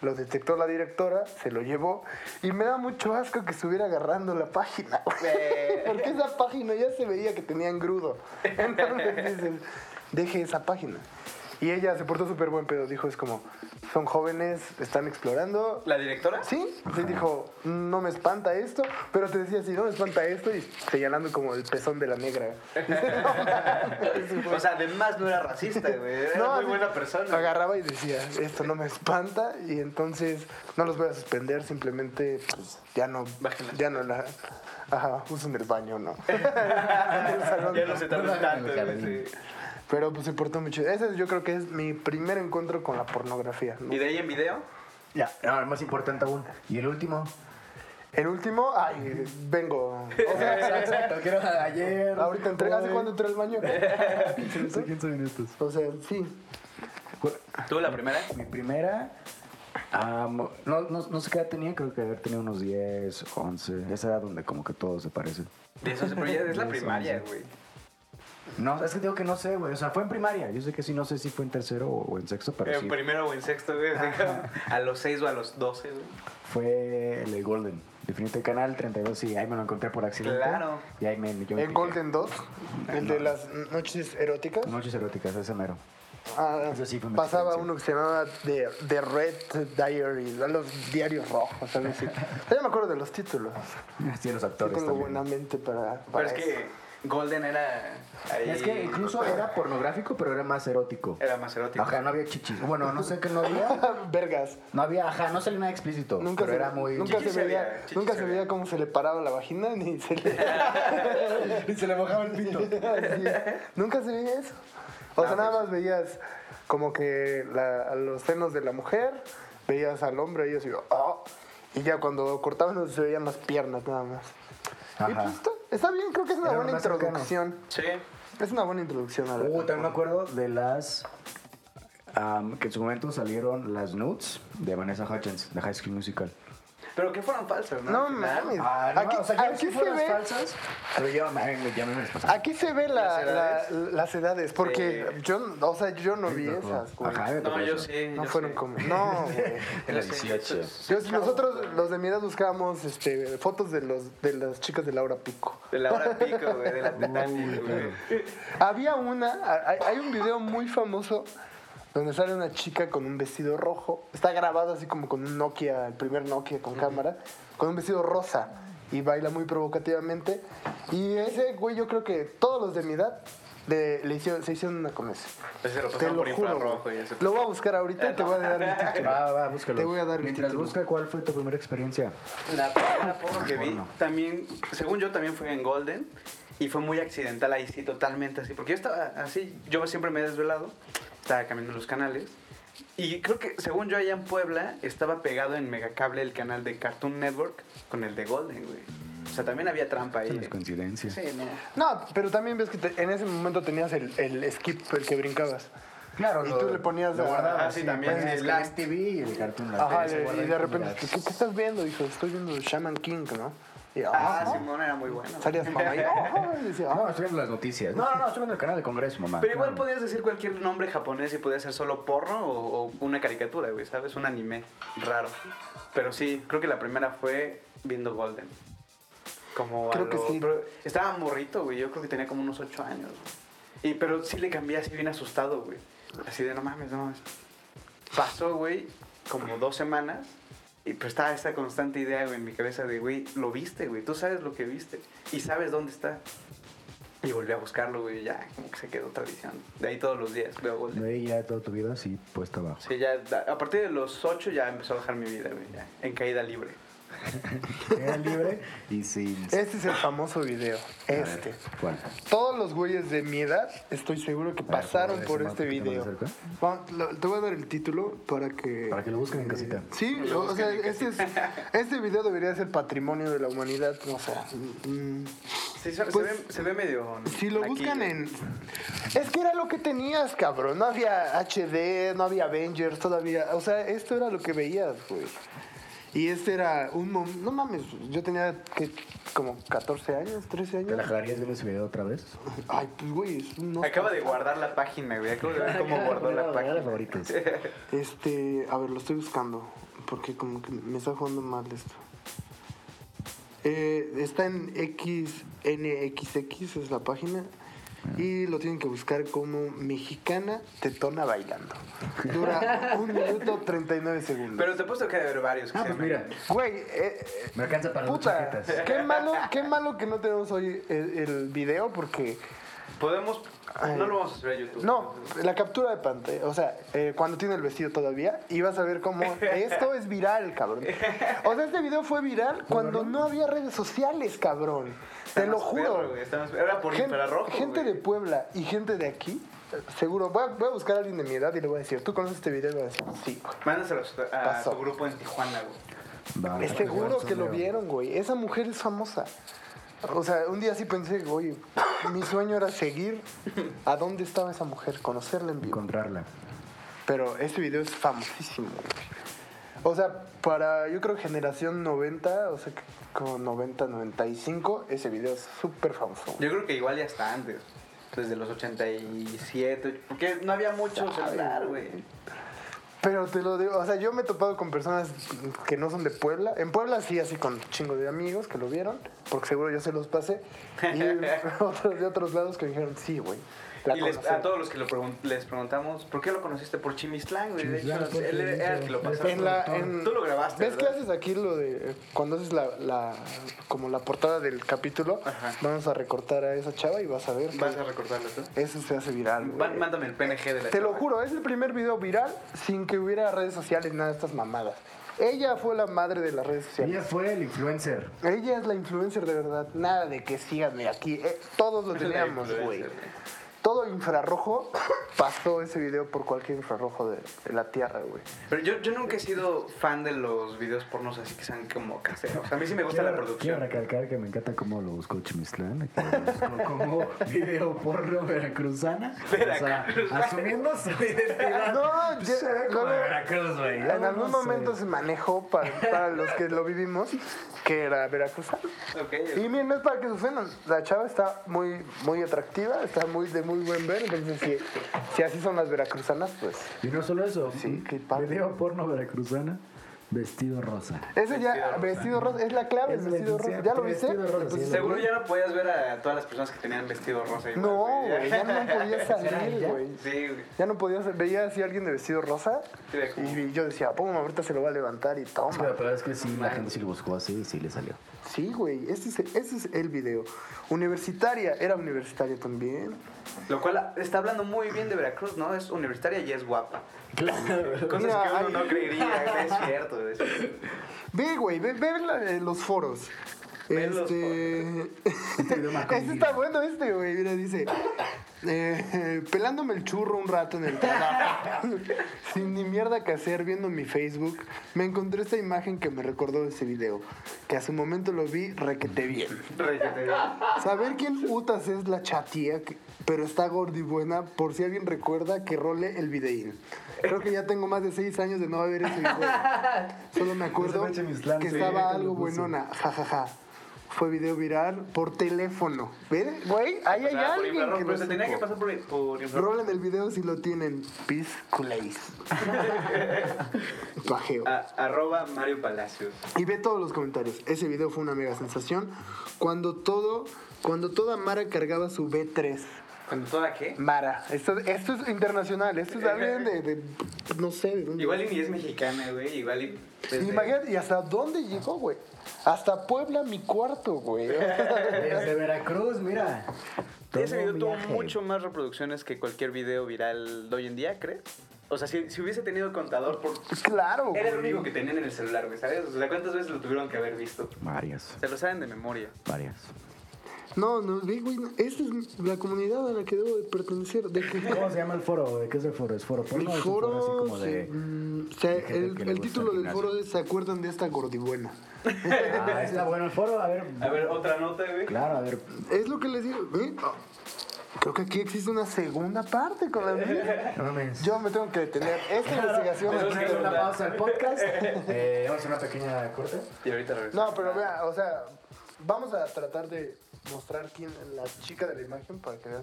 [SPEAKER 5] Lo detectó la directora, se lo llevó. Y me da mucho asco que estuviera agarrando la página. porque esa página ya se veía que tenía engrudo. Entonces dices, deje esa página. Y ella se portó súper buen pedo. Dijo, es como, son jóvenes, están explorando.
[SPEAKER 4] ¿La directora?
[SPEAKER 5] Sí, sí dijo, no me espanta esto, pero te decía, sí, no me espanta esto, y señalando como el pezón de la negra.
[SPEAKER 4] O sea, además no era racista, güey. Era Eh, muy
[SPEAKER 5] así,
[SPEAKER 4] buena persona.
[SPEAKER 5] Agarraba y decía, esto no me espanta, y entonces no los voy a suspender, simplemente pues, ya no,
[SPEAKER 4] Bajen las
[SPEAKER 5] ya no la... Ajá, usen el baño, ¿no? En el salón,
[SPEAKER 4] Ya
[SPEAKER 5] no.
[SPEAKER 4] no se
[SPEAKER 3] No, no,
[SPEAKER 4] tardan
[SPEAKER 3] no,
[SPEAKER 4] tanto.
[SPEAKER 3] no,
[SPEAKER 4] güey,
[SPEAKER 3] no,
[SPEAKER 4] sí.
[SPEAKER 5] Pero pues se portó mucho. Ese yo creo que es mi primer encuentro con la pornografía. ¿no?
[SPEAKER 4] ¿Y de ahí en video?
[SPEAKER 3] Ya, ahora más importante aún. Y el último.
[SPEAKER 5] El último, ay, vengo. O sea,
[SPEAKER 3] Exacto, quiero ayer.
[SPEAKER 5] ahorita entré, ¿hace
[SPEAKER 3] hoy.
[SPEAKER 5] cuándo entré al baño?
[SPEAKER 3] 15, 15 minutos.
[SPEAKER 5] O sea, sí.
[SPEAKER 4] ¿Tú la primera?
[SPEAKER 3] Mi primera. ah, mo- no, no, no sé qué edad tenía, creo que haber tenido unos 10, 11. Esa edad donde como que todo se parece.
[SPEAKER 4] De eso se pero ya es la
[SPEAKER 3] Sí,
[SPEAKER 4] primaria,
[SPEAKER 3] sí.
[SPEAKER 4] güey.
[SPEAKER 3] No, es que digo que no sé, güey. O sea, fue en primaria. Yo sé que sí, no sé si fue en tercero o, o en sexto, pero
[SPEAKER 4] En
[SPEAKER 3] sí.
[SPEAKER 4] primero o en sexto, güey. A los seis o a los doce, güey.
[SPEAKER 3] Fue el de Golden. Definite Canal 32, sí. Ahí me lo encontré por accidente.
[SPEAKER 4] Claro.
[SPEAKER 3] Y ahí me... Yo me
[SPEAKER 5] El
[SPEAKER 3] piqué.
[SPEAKER 5] Golden Dot, el de las noches eróticas.
[SPEAKER 3] Noches eróticas, ese mero.
[SPEAKER 5] Ah,
[SPEAKER 3] Eso sí fue una
[SPEAKER 5] pasaba
[SPEAKER 3] experiencia.
[SPEAKER 5] uno que se llamaba The, The Red Diaries, los diarios rojos, algo así. Yo me acuerdo de los títulos.
[SPEAKER 3] Así los
[SPEAKER 5] Yo
[SPEAKER 3] actores
[SPEAKER 5] tengo
[SPEAKER 3] también.
[SPEAKER 5] buena mente para,
[SPEAKER 4] Pero
[SPEAKER 5] para
[SPEAKER 4] es
[SPEAKER 5] eso.
[SPEAKER 4] que Golden era. ahí-
[SPEAKER 3] Es que incluso era pornográfico, pero era más erótico.
[SPEAKER 4] Era más erótico.
[SPEAKER 3] Ajá, no había chichis. Bueno, no sé qué no había.
[SPEAKER 5] Vergas.
[SPEAKER 3] No había, ajá, no salió nada explícito.
[SPEAKER 5] Nunca
[SPEAKER 3] pero
[SPEAKER 5] se,
[SPEAKER 3] era muy...
[SPEAKER 5] nunca
[SPEAKER 4] Chichis
[SPEAKER 5] se
[SPEAKER 4] se
[SPEAKER 5] veía,
[SPEAKER 4] veía, chichis
[SPEAKER 5] nunca
[SPEAKER 4] se
[SPEAKER 5] se veía
[SPEAKER 4] veía.
[SPEAKER 5] cómo se le paraba la vagina ni se le...
[SPEAKER 3] Y se le mojaba el pito.
[SPEAKER 5] Así es. Nunca se veía eso. O sea,
[SPEAKER 4] pues.
[SPEAKER 5] nada más veías como que la- a los senos de la mujer, veías al hombre y así, "Oh". y ya cuando cortaban se veían las piernas nada más. Y
[SPEAKER 3] Ajá.
[SPEAKER 5] pues, está- Está bien, creo que es una
[SPEAKER 3] Era lo
[SPEAKER 5] buena
[SPEAKER 3] más cercano.
[SPEAKER 5] introducción.
[SPEAKER 4] Sí.
[SPEAKER 5] Es una buena introducción a la-
[SPEAKER 3] Uh, también me acuerdo de las am, que en su momento salieron las nudes de Vanessa Hutchins de High School Musical.
[SPEAKER 4] Pero que fueron falsas, ¿no?
[SPEAKER 5] No
[SPEAKER 4] Al final.
[SPEAKER 5] mames.
[SPEAKER 3] Ah, no,
[SPEAKER 5] aquí
[SPEAKER 3] o sea, ya ves
[SPEAKER 5] aquí
[SPEAKER 3] que
[SPEAKER 5] se
[SPEAKER 3] fueron las
[SPEAKER 5] ve,
[SPEAKER 3] falsas. Pero yo, man, ya me las pasaba.
[SPEAKER 5] aquí se ve la-
[SPEAKER 4] Las edades.
[SPEAKER 5] la- las edades, porque
[SPEAKER 4] Sí.
[SPEAKER 5] yo, o sea, yo no vi esas, güey.
[SPEAKER 3] Ajá, me tocó
[SPEAKER 4] No, yo
[SPEAKER 3] eso.
[SPEAKER 4] sí.
[SPEAKER 5] No
[SPEAKER 4] yo
[SPEAKER 5] fueron
[SPEAKER 4] sí.
[SPEAKER 5] como. No, güey.
[SPEAKER 3] En la
[SPEAKER 4] Yo sí.
[SPEAKER 3] 18.
[SPEAKER 5] Yo- nosotros, los de mi edad, buscábamos este, fotos de, los, de las chicas de Laura Pico.
[SPEAKER 4] De la hora pico, güey, de la Titanic, güey.
[SPEAKER 5] Había una, a- hay, hay un video muy famoso donde sale una chica con un vestido rojo. Está grabado así como con un Nokia, el primer Nokia con cámara, con un vestido rosa y baila muy provocativamente. Y ese güey, yo creo que todos los de mi edad de- le hicieron, se hicieron una con ese.
[SPEAKER 4] Pues se lo
[SPEAKER 5] Te
[SPEAKER 4] pasaron
[SPEAKER 5] lo
[SPEAKER 4] por
[SPEAKER 5] juro.
[SPEAKER 4] infrarrojo y eso.
[SPEAKER 5] Lo voy a buscar ahorita y te voy a dar mi título.
[SPEAKER 3] Va, va, búscalo.
[SPEAKER 5] Te voy a dar mi
[SPEAKER 3] Mientras
[SPEAKER 5] título.
[SPEAKER 3] busca cuál fue tu primera experiencia.
[SPEAKER 4] La primera
[SPEAKER 5] Ah,
[SPEAKER 4] porno que vi,
[SPEAKER 3] Porno.
[SPEAKER 4] también, según yo, también fue en Golden. Y fue muy accidental ahí, sí, totalmente así. Porque yo estaba así, yo siempre me he desvelado. Estaba cambiando los canales. Y creo que, según yo, allá en Puebla, estaba pegado en Megacable el canal de Cartoon Network con el de Golden, güey. O sea, también había trampa ahí.
[SPEAKER 3] Son las coincidencias.
[SPEAKER 4] Sí, no.
[SPEAKER 5] No, pero también ves que te- en ese momento tenías el, el skip, el que brincabas.
[SPEAKER 3] Claro,
[SPEAKER 5] Y tú le ponías
[SPEAKER 3] lo
[SPEAKER 5] la-
[SPEAKER 3] guardabas,
[SPEAKER 4] Ah, sí,
[SPEAKER 3] sí,
[SPEAKER 4] también,
[SPEAKER 3] pues,
[SPEAKER 4] sí,
[SPEAKER 3] el
[SPEAKER 4] sí.
[SPEAKER 3] Blast TV y el Cartoon Network.
[SPEAKER 5] Ajá,
[SPEAKER 3] Se guarda
[SPEAKER 5] y
[SPEAKER 3] ahí
[SPEAKER 5] de
[SPEAKER 3] como
[SPEAKER 5] repente,
[SPEAKER 3] las-
[SPEAKER 5] ¿qué, qué estás viendo, hijo? Estoy viendo Shaman King, ¿no? Y,
[SPEAKER 4] Ah,
[SPEAKER 5] "Ah".
[SPEAKER 4] Simón era muy bueno.
[SPEAKER 5] Salías mamá y, "Ah", y decía,
[SPEAKER 3] No,
[SPEAKER 5] "Ah".
[SPEAKER 3] estoy viendo las noticias. No, no, no, estoy viendo el canal de Congreso, mamá.
[SPEAKER 4] Pero igual
[SPEAKER 3] Claro.
[SPEAKER 4] podías decir cualquier nombre japonés y podía ser solo porno o, o una caricatura, güey, ¿sabes? Un anime raro. Pero sí, creo que la primera fue viendo Golden. Como a
[SPEAKER 5] Creo que
[SPEAKER 4] lo-
[SPEAKER 5] sí.
[SPEAKER 4] pero estaba morrito, güey. Yo creo que tenía como unos 8 años. güey. Y, pero sí le cambié así bien asustado, güey. Así de no mames, no mames. Pasó, güey, como dos semanas. Y pues estaba esta constante idea, güey, en mi cabeza de, güey, lo viste, güey. Tú sabes lo que viste. Y sabes dónde está. Y volví a buscarlo, güey, y ya, como que se quedó tradición. De ahí todos los días veo Golden.
[SPEAKER 3] Güey, ya toda tu vida así puesta abajo.
[SPEAKER 4] Sí, ya, da- a partir de los 8 ya empezó a bajar mi vida, güey, ya, en caída libre.
[SPEAKER 3] Era libre y sin.
[SPEAKER 5] Este es el famoso video. Este.
[SPEAKER 3] ¿Cuál?
[SPEAKER 5] Todos los güeyes de mi edad, estoy seguro que pasaron
[SPEAKER 3] ¿puedo
[SPEAKER 5] por
[SPEAKER 3] ver
[SPEAKER 5] este
[SPEAKER 3] ese mapa que
[SPEAKER 5] video.
[SPEAKER 3] tengo más
[SPEAKER 5] Vamos, lo- te voy a dar el título para que. Eh,
[SPEAKER 3] Para que lo busquen en casita.
[SPEAKER 5] Sí,
[SPEAKER 4] Lo
[SPEAKER 5] o sea,
[SPEAKER 4] busquen en
[SPEAKER 5] este, es- este video debería ser patrimonio de la humanidad, o sea. mm,
[SPEAKER 4] Sí, se, se
[SPEAKER 5] Pues,
[SPEAKER 4] ve, se ve medio...
[SPEAKER 5] Si lo
[SPEAKER 4] aquí,
[SPEAKER 5] buscan
[SPEAKER 4] güey.
[SPEAKER 5] en. Es que era lo que tenías, cabrón. No había HD, no había Avengers todavía. O sea, esto era lo que veías, güey. Y este era un mom- No mames, yo tenía que como 14 años,
[SPEAKER 3] ¿Te
[SPEAKER 5] 13
[SPEAKER 3] la
[SPEAKER 5] años.
[SPEAKER 3] jalarías viendo ese video otra vez?
[SPEAKER 5] Ay, pues güey, es un Oscar.
[SPEAKER 4] Acaba de guardar la página, güey. Acabo de ver cómo guardó la
[SPEAKER 3] de
[SPEAKER 4] página.
[SPEAKER 3] favoritos.
[SPEAKER 5] Este, a ver, lo estoy buscando. Porque como que me está jugando mal esto. Eh, está en XNXX, es la página. Y lo tienen que buscar como mexicana tetona bailando. Dura un minuto 39 segundos.
[SPEAKER 4] Pero te he puesto que haber varios. que
[SPEAKER 3] Ah,
[SPEAKER 4] se
[SPEAKER 3] pues
[SPEAKER 4] llaman-
[SPEAKER 3] mira,
[SPEAKER 5] Güey, eh, eh,
[SPEAKER 3] me alcanza para dos
[SPEAKER 5] puta,
[SPEAKER 3] chaquetas.
[SPEAKER 5] qué malo, qué malo que no tenemos hoy el- el video porque
[SPEAKER 4] Podemos...
[SPEAKER 5] Ay.
[SPEAKER 4] No lo vamos a subir a YouTube.
[SPEAKER 5] No, la captura de pantalla, o sea, eh, cuando tiene el vestido todavía, y vas a ver cómo esto es viral, cabrón. O sea, este video fue viral cuando no había redes sociales, cabrón.
[SPEAKER 4] Está
[SPEAKER 5] Te lo
[SPEAKER 4] más perro,
[SPEAKER 5] juro.
[SPEAKER 4] güey, está más- Era por
[SPEAKER 5] Gen-
[SPEAKER 4] infrarrojo,
[SPEAKER 5] gente
[SPEAKER 4] güey.
[SPEAKER 5] de Puebla y gente de aquí, eh, seguro, voy a, voy a buscar a alguien de mi edad y le voy a decir, ¿tú conoces este video? Y me va a decir, sí, güey.
[SPEAKER 4] Mándaselos a, a
[SPEAKER 5] Pasó.
[SPEAKER 4] tu grupo en Tijuana, Ah, güey.
[SPEAKER 3] Va,
[SPEAKER 5] Es seguro que lo
[SPEAKER 3] Solo-
[SPEAKER 5] vieron, güey. Esa mujer es famosa. O sea, un día sí pensé, oye, mi sueño era seguir a dónde estaba esa mujer, conocerla en vivo.
[SPEAKER 3] Encontrarla.
[SPEAKER 5] Pero este video es famosísimo. güey. O sea, para yo creo generación 90, o sea, que como 90, 95, ese video es súper famoso. güey.
[SPEAKER 4] Yo creo que igual ya hasta antes. Desde los 87. Porque no había mucho celular, güey.
[SPEAKER 5] Pero te lo digo, o sea, yo me he topado con personas que no son de Puebla. En Puebla sí, así con chingo de amigos que lo vieron, porque seguro yo se los pasé. Y otros de otros lados que me dijeron, sí, güey. la
[SPEAKER 4] Y les-
[SPEAKER 5] conocí".
[SPEAKER 4] a todos los que lo pregun- les preguntamos, ¿por qué lo conociste? Por Chimistlán, güey. De hecho,
[SPEAKER 3] Chimistlán, porque
[SPEAKER 4] él era el que lo
[SPEAKER 3] dice-
[SPEAKER 4] pasaba.
[SPEAKER 5] En la, en-
[SPEAKER 4] Tú lo grabaste,
[SPEAKER 5] ¿Ves que
[SPEAKER 4] ¿verdad?
[SPEAKER 5] haces aquí lo de eh, cuando haces la, la- como la portada del capítulo?
[SPEAKER 4] Ajá.
[SPEAKER 5] Vamos a recortar a esa chava y vas a ver. que
[SPEAKER 4] Vas a recordarlo tú.
[SPEAKER 5] Eso se hace viral. güey.
[SPEAKER 4] Va- Mándame el PNG de la
[SPEAKER 5] Te lo
[SPEAKER 4] chava.
[SPEAKER 5] juro, es el primer video viral sin que hubiera redes sociales nada de estas mamadas. Ella fue la madre de las redes sociales.
[SPEAKER 3] Ella fue el influencer.
[SPEAKER 5] Ella es la influencer de verdad. Nada de que síganme aquí. Eh, todos lo
[SPEAKER 4] La
[SPEAKER 5] teníamos, güey.
[SPEAKER 4] influencer.
[SPEAKER 5] todo infrarrojo pasó ese video por cualquier infrarrojo de, de la Tierra, güey.
[SPEAKER 4] Pero yo, yo nunca he sido fan de los videos pornos así que sean como caseros. A mí sí me gusta la
[SPEAKER 3] Quiero-
[SPEAKER 4] producción.
[SPEAKER 3] Quiero recalcar que me encanta cómo lo buscó Chimislán, que lo buscó como video porno veracruzana. O sea,
[SPEAKER 4] Veracruzana.
[SPEAKER 3] asumiendo su identidad.
[SPEAKER 5] No,
[SPEAKER 3] Pues
[SPEAKER 5] ya-
[SPEAKER 3] se ve como
[SPEAKER 5] luego-
[SPEAKER 3] de Veracruz, güey.
[SPEAKER 5] En
[SPEAKER 3] No,
[SPEAKER 5] algún
[SPEAKER 3] no sé.
[SPEAKER 5] momento se manejó para, para los que lo vivimos que era Veracruz.
[SPEAKER 4] Ok,
[SPEAKER 5] Y miren, no es para que se ofendan. La chava está muy, muy atractiva, está muy de muy buen ver. Entonces, si, si así son las veracruzanas, pues.
[SPEAKER 3] Y no solo eso.
[SPEAKER 5] Sí, qué padre.
[SPEAKER 3] Video porno veracruzana, vestido rosa.
[SPEAKER 5] Ese ya, vestido rosa, es la clave, el
[SPEAKER 3] Es
[SPEAKER 5] vestido rosa.
[SPEAKER 3] vestido-
[SPEAKER 5] ¿Ya lo viste?
[SPEAKER 3] vestido rosa,
[SPEAKER 5] Entonces,
[SPEAKER 3] sí,
[SPEAKER 4] Pues Seguro ya no podías ver a todas las personas que tenían vestido rosa. igual,
[SPEAKER 5] No, güey, ya no podía salir,
[SPEAKER 3] ya?
[SPEAKER 5] güey.
[SPEAKER 4] Sí, güey.
[SPEAKER 5] Ya no podía salir. Veía así a alguien de vestido rosa
[SPEAKER 4] Sí, de como-
[SPEAKER 5] y yo decía, pum, ahorita se lo va a levantar y toma.
[SPEAKER 3] Pero, es que sí, la gente sí lo buscó así y sí le salió.
[SPEAKER 5] Sí, güey, ese es, ese es el video. Universitaria, era universitaria también.
[SPEAKER 4] Lo cual está hablando muy bien de Veracruz, ¿no? Es universitaria y es guapa. Claro. Cosas
[SPEAKER 5] Mira,
[SPEAKER 4] que uno
[SPEAKER 5] hay-
[SPEAKER 4] no creería, es cierto. Es cierto.
[SPEAKER 5] Ve, güey, ve, ve la- eh, los foros.
[SPEAKER 4] Ve los
[SPEAKER 5] este. este está bueno, este, güey. Mira, dice. eh, eh, pelándome el churro un rato en el trabajo. Sin ni mierda que hacer, viendo mi Facebook, me encontré esta imagen que me recordó ese video. Que a su momento lo vi requete bien.
[SPEAKER 4] Requete bien.
[SPEAKER 5] Saber quién putas es la chatía, que- pero está gordibuena, por si alguien recuerda que role el videín. Creo que ya tengo más de seis años de no haber ese video. Solo me acuerdo
[SPEAKER 3] Ese fue Chimislán,
[SPEAKER 5] que
[SPEAKER 3] sí,
[SPEAKER 5] estaba
[SPEAKER 3] que lo
[SPEAKER 5] algo
[SPEAKER 3] puso.
[SPEAKER 5] buenona. Ja, ja, ja. Fue video viral por teléfono. ¿Ven? Güey, ahí
[SPEAKER 4] O
[SPEAKER 5] hay
[SPEAKER 4] sea, por
[SPEAKER 5] alguien
[SPEAKER 4] infrarrojo,
[SPEAKER 5] que
[SPEAKER 4] pero
[SPEAKER 5] lo
[SPEAKER 4] se tenía que
[SPEAKER 5] supo.
[SPEAKER 4] pasar por, por infrarrojo.
[SPEAKER 5] Rolen el video si lo tienen. Piz culéis. Pajeo.
[SPEAKER 4] A- arroba Mario Palacios.
[SPEAKER 5] Y ve todos los comentarios. Ese video fue una mega sensación. Cuando todo, cuando toda Mara cargaba su B3.
[SPEAKER 4] ¿Cuando toda qué?
[SPEAKER 5] Mara. Esto, esto es internacional. Esto es alguien de, de- no sé, de dónde.
[SPEAKER 4] Igual y ni es mexicana, güey. Igual y. pues, desde-
[SPEAKER 5] Imagínate, ¿y hasta dónde llegó, güey? Hasta Puebla, mi cuarto, güey.
[SPEAKER 3] Desde Veracruz, mira.
[SPEAKER 4] Ese
[SPEAKER 3] Todo
[SPEAKER 4] video
[SPEAKER 3] un
[SPEAKER 4] tuvo
[SPEAKER 3] viaje.
[SPEAKER 4] mucho más reproducciones que cualquier video viral de hoy en día, ¿crees? O sea, si, si hubiese tenido contador por...
[SPEAKER 5] claro,
[SPEAKER 4] Era el
[SPEAKER 5] güey.
[SPEAKER 4] único que tenían en el celular, güey, ¿sabes? O sea, ¿cuántas veces lo tuvieron que haber visto?
[SPEAKER 3] Varias,
[SPEAKER 4] Se lo saben de memoria.
[SPEAKER 3] varias.
[SPEAKER 5] No, no, ve, güey. Esta es la comunidad a la que debo de pertenecer. De que
[SPEAKER 3] ¿Cómo se llama el foro? ¿De qué es el foro? ¿Es foro
[SPEAKER 5] el
[SPEAKER 3] porno? o es un
[SPEAKER 5] foro.
[SPEAKER 3] así como
[SPEAKER 5] sí,
[SPEAKER 3] de...
[SPEAKER 5] mm, o sea,
[SPEAKER 3] de gente
[SPEAKER 5] el,
[SPEAKER 3] que le
[SPEAKER 5] el
[SPEAKER 3] gusta
[SPEAKER 5] título
[SPEAKER 3] el
[SPEAKER 5] del
[SPEAKER 3] gimnasio.
[SPEAKER 5] foro es ¿Se acuerdan de esta gordibuena?
[SPEAKER 3] Ah, está bueno el foro. A ver,
[SPEAKER 4] A ver, otra nota, güey.
[SPEAKER 3] claro, a ver.
[SPEAKER 5] Es lo que les digo. ¿ve? ah, Creo que aquí existe una segunda parte con
[SPEAKER 3] Eh.
[SPEAKER 5] la mía.
[SPEAKER 3] No mames.
[SPEAKER 5] Yo me tengo que detener. Esta investigación.
[SPEAKER 4] tenemos
[SPEAKER 3] Vamos a hacer una
[SPEAKER 4] preguntar.
[SPEAKER 3] pausa al podcast. Eh, vamos a hacer una pequeña corte.
[SPEAKER 4] Y ahorita regresamos.
[SPEAKER 5] No, pero vea, o sea, vamos a tratar de mostrar quién es la chica de la imagen para que vean.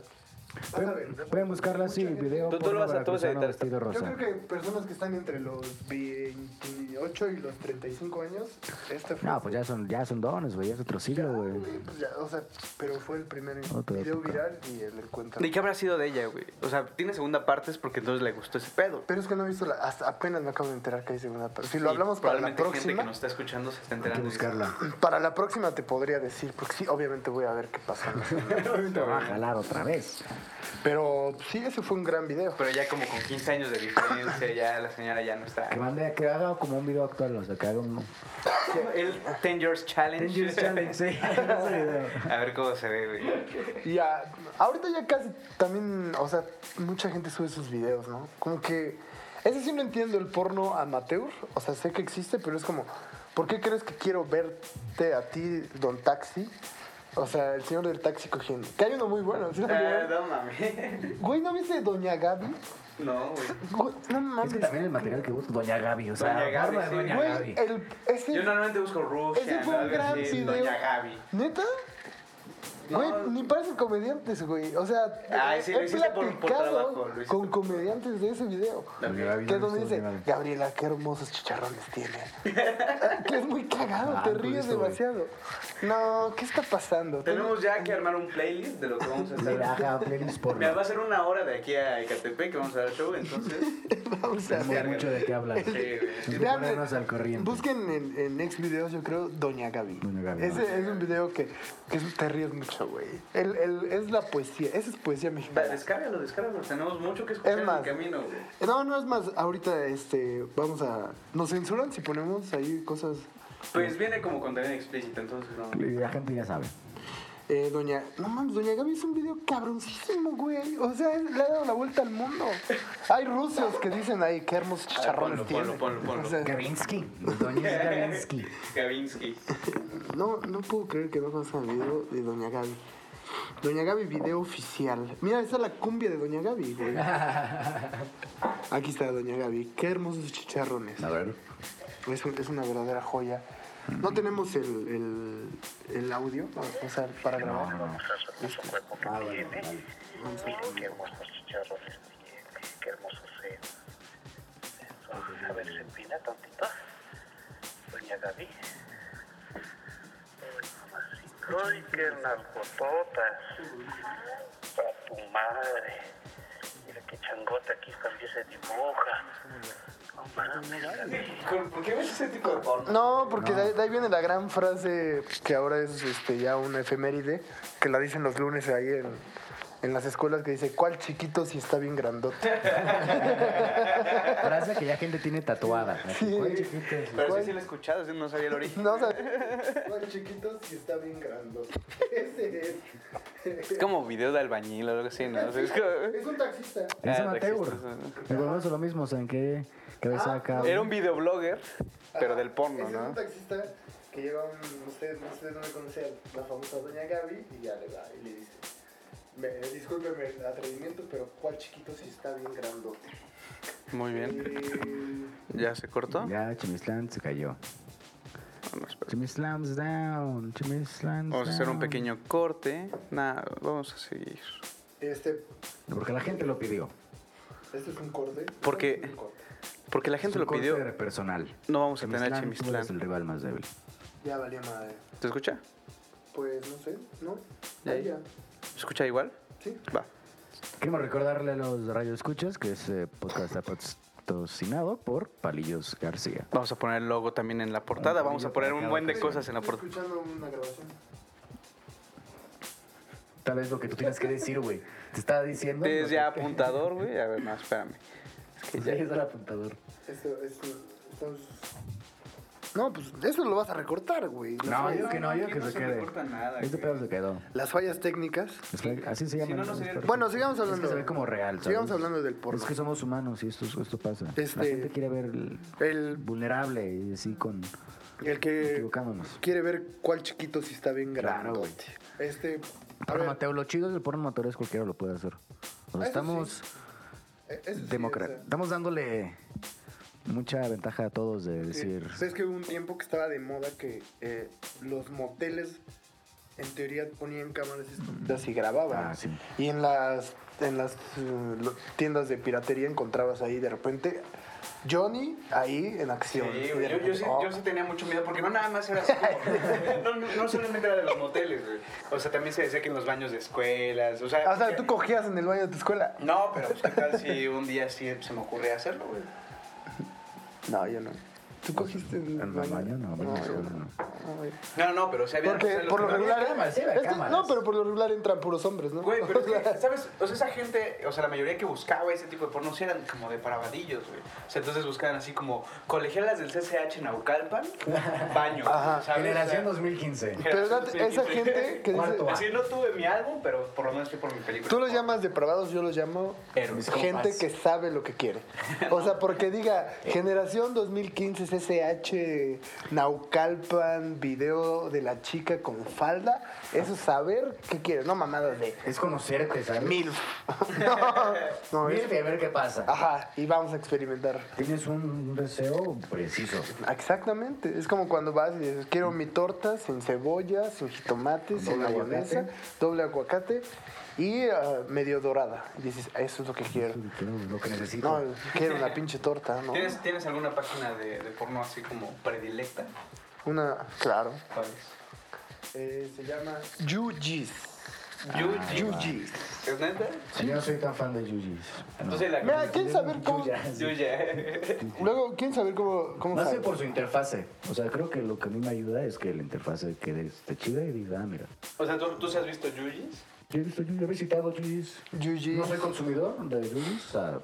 [SPEAKER 5] Vas a ver,
[SPEAKER 3] Pueden, pueden buscarla así, video.
[SPEAKER 4] Tú- tú lo vas a- tú vas a
[SPEAKER 3] porno
[SPEAKER 4] editar esto.
[SPEAKER 3] veracruzano, vestido
[SPEAKER 5] Yo
[SPEAKER 3] rosa.
[SPEAKER 5] creo que personas que están entre los 28 y los 35 años, este fue.
[SPEAKER 3] No, pues ya son, ya son dones, güey. Ya es otro siglo, güey.
[SPEAKER 5] pues ya, o sea, pero fue el primer
[SPEAKER 3] Otra
[SPEAKER 5] video
[SPEAKER 3] época.
[SPEAKER 5] viral y el del cuento.
[SPEAKER 4] ¿De qué habrá sido de ella, güey? O sea, tiene segunda parte es porque entonces le gustó ese pedo.
[SPEAKER 5] Pero es que no he visto la. Hasta apenas me acabo de enterar que hay segunda parte. Si lo
[SPEAKER 4] Y
[SPEAKER 5] hablamos para la
[SPEAKER 4] probablemente gente
[SPEAKER 5] próxima.
[SPEAKER 4] que nos está escuchando se está
[SPEAKER 3] Hay que
[SPEAKER 4] enterando. y dice,
[SPEAKER 3] buscarla.
[SPEAKER 5] Para la próxima te podría decir, porque sí, obviamente voy a ver qué pasa.
[SPEAKER 4] "Ah,
[SPEAKER 3] Te va a jalar otra vez.
[SPEAKER 5] Pero sí, ese fue un gran video.
[SPEAKER 4] Pero ya como con 15 años de diferencia, ya la señora ya no está...
[SPEAKER 3] Que mande, que haga como un video actual, o sea, que haga un.
[SPEAKER 4] El 10 Years Challenge.
[SPEAKER 3] Ten Years Challenge, sí. Ese video.
[SPEAKER 4] A ver cómo se ve, güey.
[SPEAKER 5] Y ya, ahorita ya casi también, o sea, mucha gente sube sus videos, ¿no? Como que, ese sí no entiendo el porno amateur, o sea, sé que existe, pero es como, ¿por qué crees que quiero verte a ti, Don Taxi? O sea, el señor del taxi cogiendo. Que hay uno muy bueno. ¿sí lo
[SPEAKER 4] Eh,
[SPEAKER 5] vieron?
[SPEAKER 4] no mames.
[SPEAKER 5] Güey, ¿no viste Doña Gaby?
[SPEAKER 4] No, güey.
[SPEAKER 5] Güey, no
[SPEAKER 3] Es que
[SPEAKER 5] mames.
[SPEAKER 3] también el material que busco, Doña Gaby, o sea,
[SPEAKER 4] Doña Gaby,
[SPEAKER 3] barba de
[SPEAKER 4] sí.
[SPEAKER 3] Doña
[SPEAKER 5] Güey,
[SPEAKER 3] Gaby.
[SPEAKER 5] el, ese,
[SPEAKER 4] Yo normalmente busco Rusia.
[SPEAKER 5] ese fue un gran video.
[SPEAKER 4] Doña Gaby.
[SPEAKER 5] ¿Neta?
[SPEAKER 4] No.
[SPEAKER 5] Güey, ni parecen comediantes, güey. O sea,
[SPEAKER 4] Ay, sí, lo
[SPEAKER 5] he
[SPEAKER 4] hiciste por- por
[SPEAKER 5] platicado
[SPEAKER 4] trabajo, lo hiciste
[SPEAKER 5] con
[SPEAKER 4] por-
[SPEAKER 5] comediantes de ese video.
[SPEAKER 3] Doña Gaby
[SPEAKER 5] Que
[SPEAKER 3] no
[SPEAKER 5] es donde
[SPEAKER 3] hizo
[SPEAKER 5] dice,
[SPEAKER 3] nada.
[SPEAKER 5] Gabriela, qué hermosos chicharrones tiene. que es muy cagado,
[SPEAKER 3] Ah,
[SPEAKER 5] te
[SPEAKER 3] no lo
[SPEAKER 5] ríes
[SPEAKER 3] hizo, güey.
[SPEAKER 5] demasiado. No, ¿qué está pasando?
[SPEAKER 4] Tenemos ya que armar un playlist de lo que vamos a hacer.
[SPEAKER 3] Mira, haga playlist por.
[SPEAKER 4] Mira, va a ser una hora de aquí a Ecatepec que vamos a dar show, entonces.
[SPEAKER 5] Vamos a
[SPEAKER 3] Tenemos
[SPEAKER 5] ver.
[SPEAKER 3] mucho de qué hablar.
[SPEAKER 4] Sí, güey.
[SPEAKER 3] Hay que
[SPEAKER 5] Vean,
[SPEAKER 3] ponernos al corriente.
[SPEAKER 5] Busquen en, en Next Videos, yo creo, Doña Gaby.
[SPEAKER 3] Doña Gaby,
[SPEAKER 5] Ese
[SPEAKER 3] Doña
[SPEAKER 5] es un video que, que es- te ríes mucho, güey. El- el- es la poesía, esa es poesía
[SPEAKER 4] Va,
[SPEAKER 5] mexicana.
[SPEAKER 4] Descárgalo, descárgalo. Tenemos mucho que escuchar
[SPEAKER 5] Es
[SPEAKER 4] en
[SPEAKER 5] más.
[SPEAKER 4] el camino, güey.
[SPEAKER 5] No, no es más, ahorita este, vamos a... Nos censuran si ponemos ahí cosas...
[SPEAKER 4] Pues viene como contenido explícito, entonces no.
[SPEAKER 3] La gente ya sabe.
[SPEAKER 5] eh, doña, no mames, doña Gaby es un video cabroncísimo, güey. O sea, es- le ha dado la vuelta al mundo. Hay rusos que dicen, ay, qué hermosos chicharrones
[SPEAKER 4] ponlo, ponlo,
[SPEAKER 5] tiene".
[SPEAKER 4] ponlo, ponlo.
[SPEAKER 5] O sea,
[SPEAKER 3] Gavinsky. Doña Gavinsky.
[SPEAKER 4] Gavinsky.
[SPEAKER 5] no, no puedo creer que no conozcan el video de doña Gaby. Doña Gaby, video oficial. Mira, esa es la cumbia de doña Gaby, güey. Aquí está doña Gaby. Qué hermosos chicharrones.
[SPEAKER 3] A ver.
[SPEAKER 5] Es, un- es una verdadera joya. No tenemos el, el, el audio para, o sea, para grabar.
[SPEAKER 3] Ah, bueno, vale.
[SPEAKER 2] Qué hermosos chicharrones tiene, qué hermoso seno. Eso, A ver, se empina tantito. Doña Gaby. Ay, mamacita. Ay, qué narcototas. Pa' tu madre. Mira qué changota aquí también se dibuja. No mames, Gaby.
[SPEAKER 4] ¿Por qué ves ese tipo de porno?
[SPEAKER 5] No, porque De, ahí, de ahí viene la gran frase que ahora es este, ya una efeméride, que la dicen los lunes ahí en, en las escuelas, que dice, ¿cuál chiquito si está bien grandote?
[SPEAKER 3] Frase que ya gente tiene tatuada.
[SPEAKER 5] Sí.
[SPEAKER 3] ¿Cuál chiquito es?
[SPEAKER 4] Pero sí,
[SPEAKER 5] ¿Cuál?
[SPEAKER 4] sí lo he escuchado, sí, no sabía el origen.
[SPEAKER 5] No, o sea, ¿cuál chiquito si está bien grandote? Ese es.
[SPEAKER 4] Es como video de albañil o algo así, ¿no? O sea, es como-
[SPEAKER 5] un taxista.
[SPEAKER 3] Es
[SPEAKER 4] Ah,
[SPEAKER 3] amateur.
[SPEAKER 4] registros, ¿no? Ah,
[SPEAKER 3] Me volvemos a lo mismo, o sea, en qué cabeza acá.
[SPEAKER 4] Era un videoblogger, pero del porno,
[SPEAKER 5] Ese es
[SPEAKER 4] ¿no?
[SPEAKER 5] un taxista que lleva un, ustedes, ustedes no me conocen, la famosa doña Gaby, y ya le da, y le dice, "Me- eh, discúlpeme el atrevimiento, pero cuál chiquito si está bien grandote.
[SPEAKER 4] Muy bien.
[SPEAKER 5] Eh,
[SPEAKER 4] ¿Ya se cortó?
[SPEAKER 3] Ya, Chimislam se cayó.
[SPEAKER 4] Vamos, pues.
[SPEAKER 3] Chimislam's down. Chimislam's
[SPEAKER 4] Vamos a hacer un
[SPEAKER 3] down.
[SPEAKER 4] pequeño corte. Nada, vamos a seguir.
[SPEAKER 5] este,
[SPEAKER 3] Porque la gente lo pidió.
[SPEAKER 5] este es un corte.
[SPEAKER 4] Porque-
[SPEAKER 5] Este es un corte.
[SPEAKER 4] Porque la gente
[SPEAKER 3] Es un
[SPEAKER 4] lo pidió.
[SPEAKER 3] corte personal.
[SPEAKER 4] No vamos a tener
[SPEAKER 3] Chimistán, tú eres el
[SPEAKER 4] Chimistlán.
[SPEAKER 3] rival más débil.
[SPEAKER 5] Ya valió madre.
[SPEAKER 4] ¿Se escucha?
[SPEAKER 5] Pues no sé, ¿no?
[SPEAKER 4] Ya.
[SPEAKER 5] Ahí ya.
[SPEAKER 4] ¿Se escucha igual?
[SPEAKER 5] Sí.
[SPEAKER 4] Va.
[SPEAKER 3] Queremos recordarle a los radio escuchas que ese podcast está patrocinado por Palillos García.
[SPEAKER 4] Vamos a poner el logo también en la portada. Vamos a poner un buen de cosas en la
[SPEAKER 5] Estoy
[SPEAKER 4] portada.
[SPEAKER 5] escuchando una grabación.
[SPEAKER 3] Tal vez lo que tú tienes que decir, güey. Te estaba diciendo.
[SPEAKER 4] Es
[SPEAKER 3] lo
[SPEAKER 4] ya
[SPEAKER 3] que-
[SPEAKER 4] apuntador, güey. A ver, no, espérame. Es que
[SPEAKER 3] Ya
[SPEAKER 4] ya.
[SPEAKER 3] es el apuntador.
[SPEAKER 5] Esto, esto, estamos... No, pues eso lo vas a recortar, güey. Las
[SPEAKER 3] No, yo
[SPEAKER 5] fallas-
[SPEAKER 3] digo que no, yo digo
[SPEAKER 4] aquí
[SPEAKER 3] que
[SPEAKER 4] no
[SPEAKER 3] se
[SPEAKER 4] se
[SPEAKER 3] quede.
[SPEAKER 4] recorta nada,
[SPEAKER 3] Este
[SPEAKER 4] güey.
[SPEAKER 3] pedo se quedó.
[SPEAKER 5] Las fallas técnicas.
[SPEAKER 3] Es que Así se
[SPEAKER 4] no,
[SPEAKER 3] llama.
[SPEAKER 4] no sería el-
[SPEAKER 5] Bueno, sigamos hablando.
[SPEAKER 3] Es que se ve como real. ¿sabes?
[SPEAKER 5] Sigamos hablando del porno.
[SPEAKER 3] Es que somos humanos y esto, esto pasa. La
[SPEAKER 5] Este-
[SPEAKER 3] gente quiere ver el
[SPEAKER 5] El,
[SPEAKER 3] vulnerable y así con
[SPEAKER 5] el que
[SPEAKER 3] equivocándonos.
[SPEAKER 5] quiere ver cuál chiquito si está bien
[SPEAKER 3] Claro,
[SPEAKER 5] grandote. Este, a
[SPEAKER 3] Porno
[SPEAKER 5] ver,
[SPEAKER 3] Mateo, lo chido del porno Mateo es cualquiera lo puede hacer. O sea,
[SPEAKER 5] Eso
[SPEAKER 3] estamos
[SPEAKER 5] eh, eso sí,
[SPEAKER 3] democra-
[SPEAKER 5] o sea,
[SPEAKER 3] estamos dándole mucha ventaja a todos de decir.
[SPEAKER 5] eh, ¿Sabes que hubo un tiempo que estaba de moda que eh, los moteles en teoría ponían cámaras estúpidas y grababan?
[SPEAKER 3] Ah, sí.
[SPEAKER 5] Y en las, en las eh, lo- tiendas de piratería encontrabas ahí de repente Johnny ahí en acción.
[SPEAKER 4] Sí,
[SPEAKER 5] Y
[SPEAKER 4] güey,
[SPEAKER 5] de
[SPEAKER 4] yo, yo sí,
[SPEAKER 5] repente, oh.
[SPEAKER 4] yo sí tenía mucho miedo porque no nada más era así como- no, no, no solamente era de los moteles, güey. O sea, también se decía que en los baños de escuelas, o sea...
[SPEAKER 5] "Oh". O sea, tú cogías en el baño de tu escuela.
[SPEAKER 4] No, pero pues, qué tal si un día sí se me ocurre hacerlo, güey.
[SPEAKER 5] No, yo no. ¿Tú cogiste en
[SPEAKER 3] En la mañana, no, bueno,
[SPEAKER 5] yo
[SPEAKER 3] seguro no.
[SPEAKER 5] Ay.
[SPEAKER 4] No, no, pero o sea, había... o
[SPEAKER 5] Porque
[SPEAKER 4] sea,
[SPEAKER 5] por lo
[SPEAKER 4] que-
[SPEAKER 5] regular.
[SPEAKER 3] cámaras, sí, había
[SPEAKER 5] es que-
[SPEAKER 3] cámaras.
[SPEAKER 5] no, pero por lo regular entran puros hombres, ¿no?
[SPEAKER 4] Güey, pero es que, ¿sabes? O sea, esa gente, o sea, la mayoría que buscaba ese tipo de porno sí eran como de parabadillos, güey. O sea, entonces buscaban así como colegialas del CCH en Naucalpan, baño,
[SPEAKER 5] Ajá.
[SPEAKER 4] ¿sabes?
[SPEAKER 3] Generación
[SPEAKER 4] O sea,
[SPEAKER 3] 2015.
[SPEAKER 5] Pero
[SPEAKER 4] generación
[SPEAKER 5] date- esa
[SPEAKER 4] 2015.
[SPEAKER 5] gente que dice.
[SPEAKER 3] Cuarto A.
[SPEAKER 4] Así no tuve mi álbum, pero por lo menos fui por mi película.
[SPEAKER 5] Tú los llamas depravados, yo los llamo
[SPEAKER 4] Héroes.
[SPEAKER 5] gente
[SPEAKER 4] Compas.
[SPEAKER 5] que sabe lo que quiere. O sea, porque diga, generación 2015 CCH, Naucalpan, video de la chica con falda, eso es saber qué quiere, no mamadas de
[SPEAKER 3] Es conocerte, ¿sabes?
[SPEAKER 5] mil. no, no, es- Ah.
[SPEAKER 3] Mírate a ver qué pasa.
[SPEAKER 5] Ajá, y vamos a experimentar.
[SPEAKER 3] Tienes un deseo preciso.
[SPEAKER 5] Exactamente, es como cuando vas y dices, quiero mi torta sin cebolla, sin jitomate, sin
[SPEAKER 3] doble
[SPEAKER 5] mayonesa,
[SPEAKER 3] aguacate.
[SPEAKER 5] doble aguacate y ah, medio dorada. Y dices, eso es lo que quiero.
[SPEAKER 3] Lo que necesito.
[SPEAKER 5] No, quiero una pinche torta, ¿no?
[SPEAKER 4] ¿Tienes, ¿Tienes alguna página de, de porno así como predilecta?
[SPEAKER 5] Una, claro.
[SPEAKER 4] ¿Cuál es?
[SPEAKER 5] se llama Yujis.
[SPEAKER 4] Yuji. ¿Es neta?
[SPEAKER 3] Yo no soy tan fan de Yuyis.
[SPEAKER 4] Entonces la
[SPEAKER 5] Mira, ¿quién saber cómo?
[SPEAKER 4] Yuya.
[SPEAKER 5] Luego, ¿quién saber cómo, cómo
[SPEAKER 3] Más
[SPEAKER 5] sabe?
[SPEAKER 3] que por su interfase. O sea, creo que lo que a mí me ayuda es que la interfase quede este, chida y diga, ah, mira.
[SPEAKER 4] O sea, ¿tú, tú sí has visto Yuyis?
[SPEAKER 3] Yo he visto Yuyis, he visitado Yuyis.
[SPEAKER 5] Yujis.
[SPEAKER 3] No soy consumidor de Yuyis. o sea,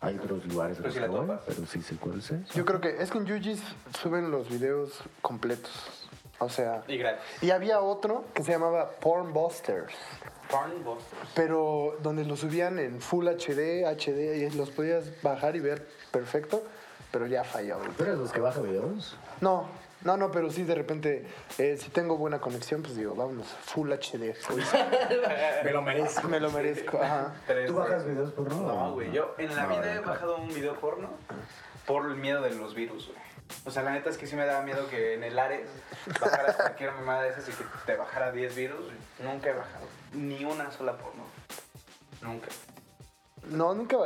[SPEAKER 3] hay otros lugares
[SPEAKER 4] Pero
[SPEAKER 3] los
[SPEAKER 4] sí la
[SPEAKER 3] que voy,
[SPEAKER 4] topas.
[SPEAKER 3] pero sí sé cuál es.
[SPEAKER 5] Yo creo que es que en Yujis suben los videos completos. O sea.
[SPEAKER 4] Y gratis.
[SPEAKER 5] Y había otro que se llamaba Pornbusters,
[SPEAKER 4] Pornbusters.
[SPEAKER 5] pero donde lo subían en Full HD, HD, y los podías bajar y ver perfecto, pero ya falló. güey.
[SPEAKER 3] ¿Tú eres los que baja videos?
[SPEAKER 5] No, no, no, pero sí de repente, eh, si tengo buena conexión, pues digo, vámonos, Full HD. Uy,
[SPEAKER 3] Me lo merezco.
[SPEAKER 5] me lo merezco, ajá.
[SPEAKER 3] ¿Tú bajas videos por no?
[SPEAKER 4] No, güey, yo en la
[SPEAKER 3] No,
[SPEAKER 4] vida he
[SPEAKER 3] no.
[SPEAKER 4] bajado un video porno por el miedo de los virus, güey. O sea, la neta es que sí me daba miedo que en el Ares bajaras cualquier mamada de esas y que te bajara 10 virus. güey. Nunca he bajado ni una sola porno. Nunca.
[SPEAKER 5] No, nunca.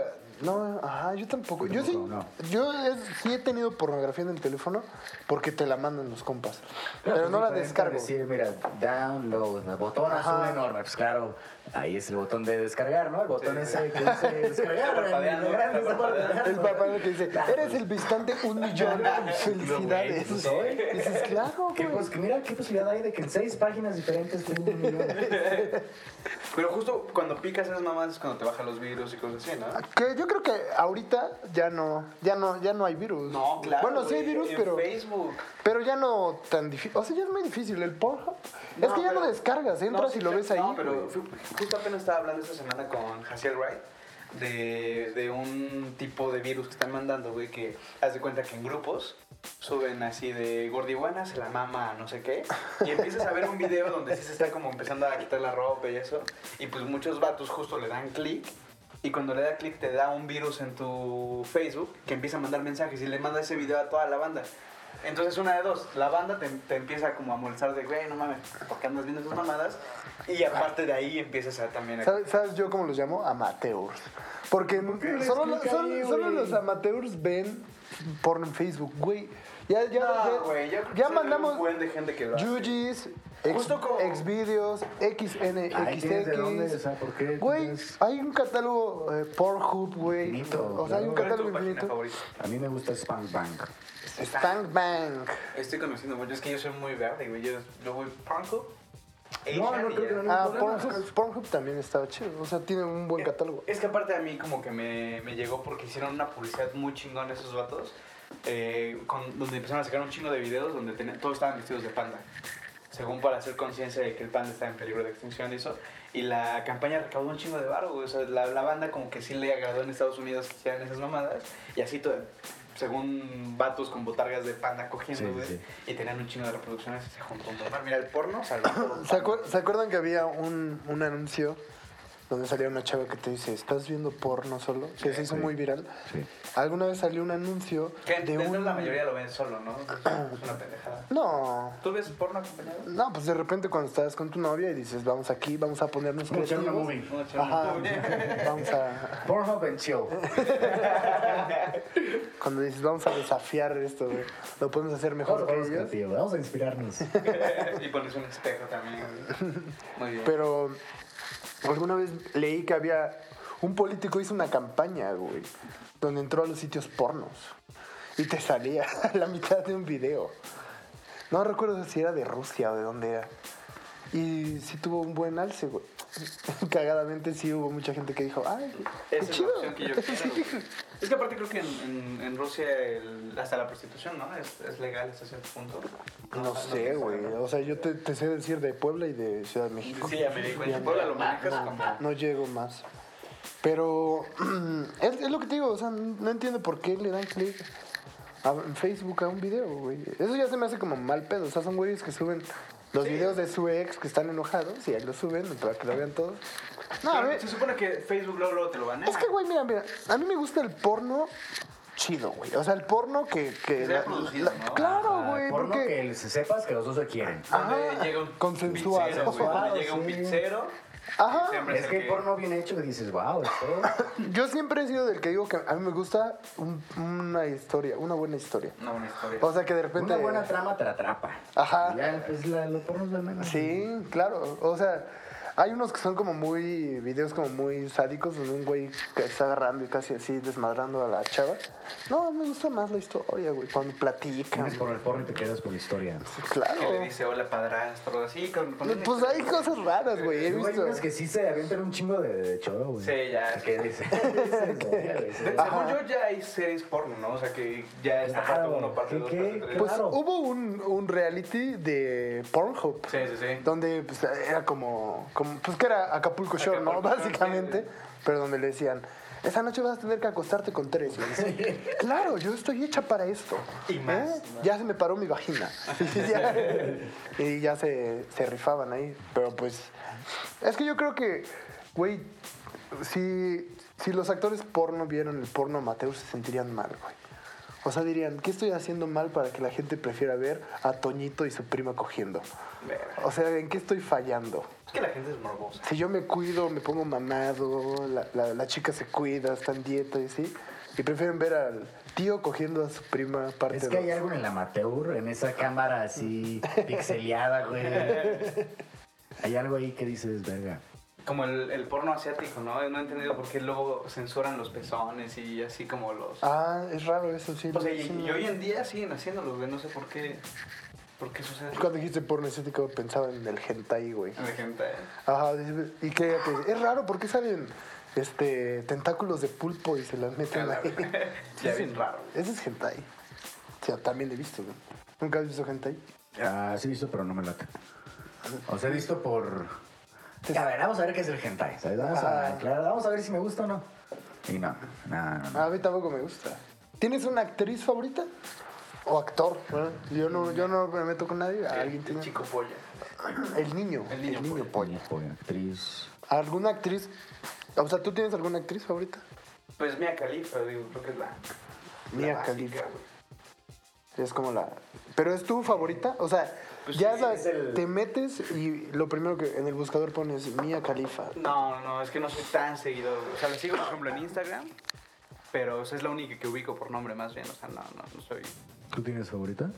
[SPEAKER 5] No, ajá, yo tampoco. Yo sí,
[SPEAKER 3] Tampoco,
[SPEAKER 5] yo es- sí he tenido pornografía en el teléfono porque te la mandan los compas. Pero no la descargo.
[SPEAKER 3] Sí, mira, download, el botón azul
[SPEAKER 5] Ajá.
[SPEAKER 3] enorme. Pues claro, ahí es el botón de descargar, ¿no? El botón
[SPEAKER 4] Sí.
[SPEAKER 3] ese que dice descargar.
[SPEAKER 4] Está parpadeando,
[SPEAKER 3] en grande,
[SPEAKER 4] está
[SPEAKER 3] está parpadeando.
[SPEAKER 5] El papá lo que dice, eres el bistante un millón, felicidades.
[SPEAKER 3] No, güey, pues, soy.
[SPEAKER 5] Dices, claro,
[SPEAKER 3] ¿Qué,
[SPEAKER 5] güey.
[SPEAKER 3] pos- que mira, qué posibilidad hay de que en seis páginas diferentes tenga un millón.
[SPEAKER 4] Pero justo cuando picas esas mamadas es cuando te bajan los virus y cosas así, ¿no?
[SPEAKER 5] Que yo creo que ahorita ya no, ya no, ya no hay virus.
[SPEAKER 4] No, claro.
[SPEAKER 5] Bueno, sí hay
[SPEAKER 4] güey,
[SPEAKER 5] virus,
[SPEAKER 4] en
[SPEAKER 5] pero,
[SPEAKER 4] Facebook.
[SPEAKER 5] pero ya no tan difícil. O sea, ya es muy difícil el Pornhub. es
[SPEAKER 4] No,
[SPEAKER 5] que ya
[SPEAKER 4] pero-
[SPEAKER 5] lo descargas, entras
[SPEAKER 4] sí,
[SPEAKER 5] y lo
[SPEAKER 4] sí,
[SPEAKER 5] ves ahí.
[SPEAKER 4] No, pero
[SPEAKER 5] güey.
[SPEAKER 4] fu- justo apenas estaba hablando esta semana con Haciel Wright de, de un tipo de virus que están mandando, güey, que haz de cuenta que en grupos suben así de gordibuena se la mama, no sé qué, y empiezas a ver un video donde sí se está como empezando a quitar la ropa y eso, y pues muchos vatos justo le dan clic. Y cuando le da clic te da un virus en tu Facebook que empieza a mandar mensajes y le manda ese video a toda la banda. Entonces una de dos, la banda te, te empieza como a molestar de, güey, no mames, ¿por qué andas viendo esas mamadas? Y aparte de ahí empiezas a también... a-
[SPEAKER 5] ¿Sabes, sabes yo cómo los llamo? Amateurs. Porque solo,
[SPEAKER 3] les clica
[SPEAKER 5] solo-
[SPEAKER 3] ahí,
[SPEAKER 5] solo
[SPEAKER 3] güey?
[SPEAKER 5] los amateurs ven porno en Facebook, güey. Ya, ya, ya-
[SPEAKER 4] No, güey, yo creo que
[SPEAKER 5] ya
[SPEAKER 4] soy
[SPEAKER 5] mandamos
[SPEAKER 4] un buen de gente que lo hace.
[SPEAKER 5] Yujis,
[SPEAKER 4] Justo como-
[SPEAKER 5] Xvideos,
[SPEAKER 3] Ahí tienes de dónde, o
[SPEAKER 5] XNXTX.
[SPEAKER 3] sea, ¿por qué
[SPEAKER 5] Güey,
[SPEAKER 3] tienes-
[SPEAKER 5] hay un catálogo eh, Pornhub, güey.
[SPEAKER 3] Infinito,
[SPEAKER 5] O sea, hay un
[SPEAKER 4] ¿Cuál es
[SPEAKER 5] catálogo
[SPEAKER 4] tu página
[SPEAKER 5] infinito.
[SPEAKER 4] favorita?
[SPEAKER 3] A mí me gusta Spank Bank.
[SPEAKER 5] Spank Bang.
[SPEAKER 4] Estoy conociendo mucho, es que yo soy muy verde, güey, yo, yo voy Pornhub,
[SPEAKER 3] No,
[SPEAKER 4] Asian
[SPEAKER 3] no
[SPEAKER 4] y
[SPEAKER 3] creo
[SPEAKER 4] ya.
[SPEAKER 3] que no.
[SPEAKER 5] Ah,
[SPEAKER 3] hay problema.
[SPEAKER 5] Pornhub, Pornhub también está chido. O sea, tiene un buen catálogo.
[SPEAKER 4] Eh, Es que aparte a mí como que me, me llegó porque hicieron una publicidad muy chingona esos vatos, eh, con- donde empezaron a sacar un chingo de videos donde tenía- todos estaban vestidos de panda. Según para hacer conciencia de que el panda está en peligro de extinción y eso. Y la campaña recaudó un chingo de barro, güey. O sea, la, la banda como que sí le agradó en Estados Unidos que hicieran esas mamadas. Y así todo, según vatos con botargas de panda cogiendo,
[SPEAKER 3] Sí,
[SPEAKER 4] güey.
[SPEAKER 3] sí.
[SPEAKER 4] Y tenían un chingo de reproducciones y se juntó un tomar. Mira, el porno salió todo.
[SPEAKER 5] ¿Se, acuer- se acuerdan que había un, un anuncio donde salía una chava que te dice, ¿estás viendo porno solo? Que se hizo
[SPEAKER 3] sí.
[SPEAKER 5] muy viral.
[SPEAKER 3] Sí.
[SPEAKER 5] ¿Alguna vez salió un anuncio
[SPEAKER 4] Que
[SPEAKER 5] de
[SPEAKER 4] de
[SPEAKER 5] un...
[SPEAKER 4] la mayoría lo ven solo, ¿no? Es una pendejada.
[SPEAKER 5] No.
[SPEAKER 4] ¿Tú ves porno acompañado?
[SPEAKER 5] No, pues de repente cuando estás con tu novia y dices, vamos aquí, vamos a ponernos
[SPEAKER 3] Vamos a echar una
[SPEAKER 5] creativos".
[SPEAKER 3] movie.
[SPEAKER 5] Ajá. Vamos a...
[SPEAKER 3] Pornhub and Chill.
[SPEAKER 5] Cuando dices, vamos a desafiar esto, güey. Lo podemos hacer mejor
[SPEAKER 3] Vamos,
[SPEAKER 5] que
[SPEAKER 3] vamos,
[SPEAKER 5] ellos.
[SPEAKER 3] creativo, vamos a inspirarnos.
[SPEAKER 4] y pones un espejo también. Muy bien.
[SPEAKER 5] Pero alguna vez leí que había un político hizo una campaña, güey, donde entró a los sitios pornos y te salía a la mitad de un video. No recuerdo si era de Rusia o de dónde era. Y sí tuvo un buen alce, güey. Cagadamente sí hubo mucha gente que dijo, ay, qué
[SPEAKER 4] Esa es
[SPEAKER 5] chido.
[SPEAKER 4] la opción que yo quiero. güey. Es que aparte creo que en, en- en Rusia el- hasta la prostitución, ¿no? Es, es legal hasta cierto punto. Ah,
[SPEAKER 5] No sé, güey. O sea, yo te, te sé decir de Puebla y de Ciudad de México.
[SPEAKER 4] Sí, ya me di cuenta.
[SPEAKER 5] Ya,
[SPEAKER 4] Puebla lo manejas como...
[SPEAKER 5] No llego más. Pero es, es lo que te digo, o sea, no entiendo por qué le dan clic a- en Facebook a un video, güey. Eso ya se me hace como mal pedo. O sea, son güeyes que suben los videos de su ex que están enojados y ahí lo suben para que lo vean todos. No, a ver,
[SPEAKER 4] Se supone que Facebook luego, luego te lo banea.
[SPEAKER 5] es que, güey, mira, mira, a mí me gusta el porno chido, güey. O sea, el porno que... que
[SPEAKER 4] Que sea producido, ¿no?
[SPEAKER 5] Claro,
[SPEAKER 3] Ah,
[SPEAKER 5] güey,
[SPEAKER 3] porno
[SPEAKER 5] porque...
[SPEAKER 3] que se sepas que los dos se quieren.
[SPEAKER 4] Donde
[SPEAKER 5] Ajá,
[SPEAKER 4] llega un
[SPEAKER 5] ah, consensuado. ah,
[SPEAKER 4] pizzero, güey, donde llega un
[SPEAKER 5] Sí. Ah,
[SPEAKER 4] pizzero.
[SPEAKER 5] Ajá.
[SPEAKER 4] siempre
[SPEAKER 3] Es
[SPEAKER 4] el
[SPEAKER 3] que el porno bien hecho que dices, wow, esto.
[SPEAKER 5] Yo siempre he sido del que digo que a mí me gusta un- una historia, una buena historia.
[SPEAKER 4] No, una historia.
[SPEAKER 5] O sea, que de repente...
[SPEAKER 3] Una buena trama te atrapa.
[SPEAKER 5] Ajá.
[SPEAKER 3] Y Ya, pues la, los pornos de menos.
[SPEAKER 5] Sí, claro. O sea, Hay unos que son como muy. videos como muy sádicos, donde un güey que está agarrando y casi así desmadrando a la chava. No, me gusta más la historia, güey. Cuando platican.
[SPEAKER 3] Vienes por el porno y te quedas por la historia.
[SPEAKER 4] Que le
[SPEAKER 5] Claro.
[SPEAKER 4] dice hola padrastro, así con, con una
[SPEAKER 5] eh. Pues hay cosas raras, güey. He
[SPEAKER 3] Luego hay
[SPEAKER 5] visto.
[SPEAKER 3] unos que sí se avientan un chingo de, de choro, güey.
[SPEAKER 4] Sí, ya.
[SPEAKER 3] ¿Qué dices? ¿Qué
[SPEAKER 4] Según yo ya hay series porno, ¿no? O sea que ya está
[SPEAKER 3] Claro,
[SPEAKER 4] parte
[SPEAKER 3] ¿qué,
[SPEAKER 4] 1, parte 2,
[SPEAKER 3] qué?
[SPEAKER 4] parte 3.
[SPEAKER 5] Pues
[SPEAKER 3] Claro.
[SPEAKER 5] hubo un, un reality de Pornhub.
[SPEAKER 4] Sí, sí, sí.
[SPEAKER 5] Donde pues, era como, como- Pues que era Acapulco Shore, ¿no?
[SPEAKER 4] Acapulco Shore,
[SPEAKER 5] Básicamente.
[SPEAKER 4] sí,
[SPEAKER 5] Pero donde le decían. Esa noche vas a tener que acostarte con tres. Y yo decía, claro, yo estoy hecha para esto. ¿Eh?
[SPEAKER 4] Y más,
[SPEAKER 5] Ya se me paró mi vagina. Y ya, y ya se, se rifaban ahí. Pero pues. Es que yo creo que, güey, si, si los actores porno vieron el porno amateur, se sentirían mal, güey. O sea, dirían, ¿qué estoy haciendo mal para que la gente prefiera ver a Toñito y su prima cogiendo?
[SPEAKER 4] Verga.
[SPEAKER 5] O sea, ¿en qué estoy fallando?
[SPEAKER 4] Es que la gente es morbosa.
[SPEAKER 5] Si yo me cuido, me pongo mamado, la, la- la chica se cuida, está en dieta y así. Y prefieren ver al tío cogiendo a su prima parte
[SPEAKER 3] Es que hay
[SPEAKER 5] dos.
[SPEAKER 3] algo en el amateur, en esa cámara así pixeleada, güey. Hay algo ahí que dices, verga.
[SPEAKER 4] Como el, el porno asiático, ¿no? No he entendido por qué luego censuran los pezones y así como los...
[SPEAKER 5] Ah, es raro eso, sí.
[SPEAKER 4] O sea, y,
[SPEAKER 5] sí,
[SPEAKER 4] y
[SPEAKER 5] no.
[SPEAKER 4] hoy en día siguen haciéndolo, güey. No sé por qué, por qué sucede.
[SPEAKER 5] Cuando dijiste porno asiático pensaba en el hentai, güey.
[SPEAKER 4] La gente... eh.
[SPEAKER 5] Ajá, dice- y que, que es raro, ¿por qué salen este, tentáculos de pulpo y se las meten ahí?
[SPEAKER 4] ya bien raro.
[SPEAKER 5] Ese es hentai. O sea, también lo he visto, güey. ¿Nunca has visto hentai?
[SPEAKER 3] Ah, sí he visto, pero no me late. O sea, he visto por... A ver, vamos a ver qué es el hentai, ¿sabes? Vamos a,
[SPEAKER 5] Ah.
[SPEAKER 3] claro, vamos a ver si me gusta o no. Y no, no, no, no.
[SPEAKER 5] A mí tampoco me gusta. ¿Tienes una actriz favorita? O actor. ¿verdad? Yo no, yo no me meto con nadie. ¿Alguien
[SPEAKER 4] Ah. El, el
[SPEAKER 5] tiene?
[SPEAKER 4] chico polla.
[SPEAKER 5] El niño.
[SPEAKER 4] El niño
[SPEAKER 5] polla.
[SPEAKER 3] Polla, actriz.
[SPEAKER 5] ¿Alguna actriz? O sea, ¿tú tienes alguna actriz favorita?
[SPEAKER 4] Pues Mia Khalifa, digo, creo que es la...
[SPEAKER 5] Mia
[SPEAKER 4] la
[SPEAKER 5] Khalifa.
[SPEAKER 4] básica, güey.
[SPEAKER 5] Es como la. ¿Pero es tu favorita? O sea,
[SPEAKER 4] Pues
[SPEAKER 5] ya
[SPEAKER 4] sí,
[SPEAKER 5] la-
[SPEAKER 4] es el-
[SPEAKER 5] te metes y lo primero que en el buscador pones Mía Califa.
[SPEAKER 4] No, no, es que no soy tan seguidor. güey. O sea, la sigo, por ejemplo, en Instagram. Pero esa es la única que ubico por nombre, más bien. O sea, no, no, no soy.
[SPEAKER 3] ¿Tú tienes favorita?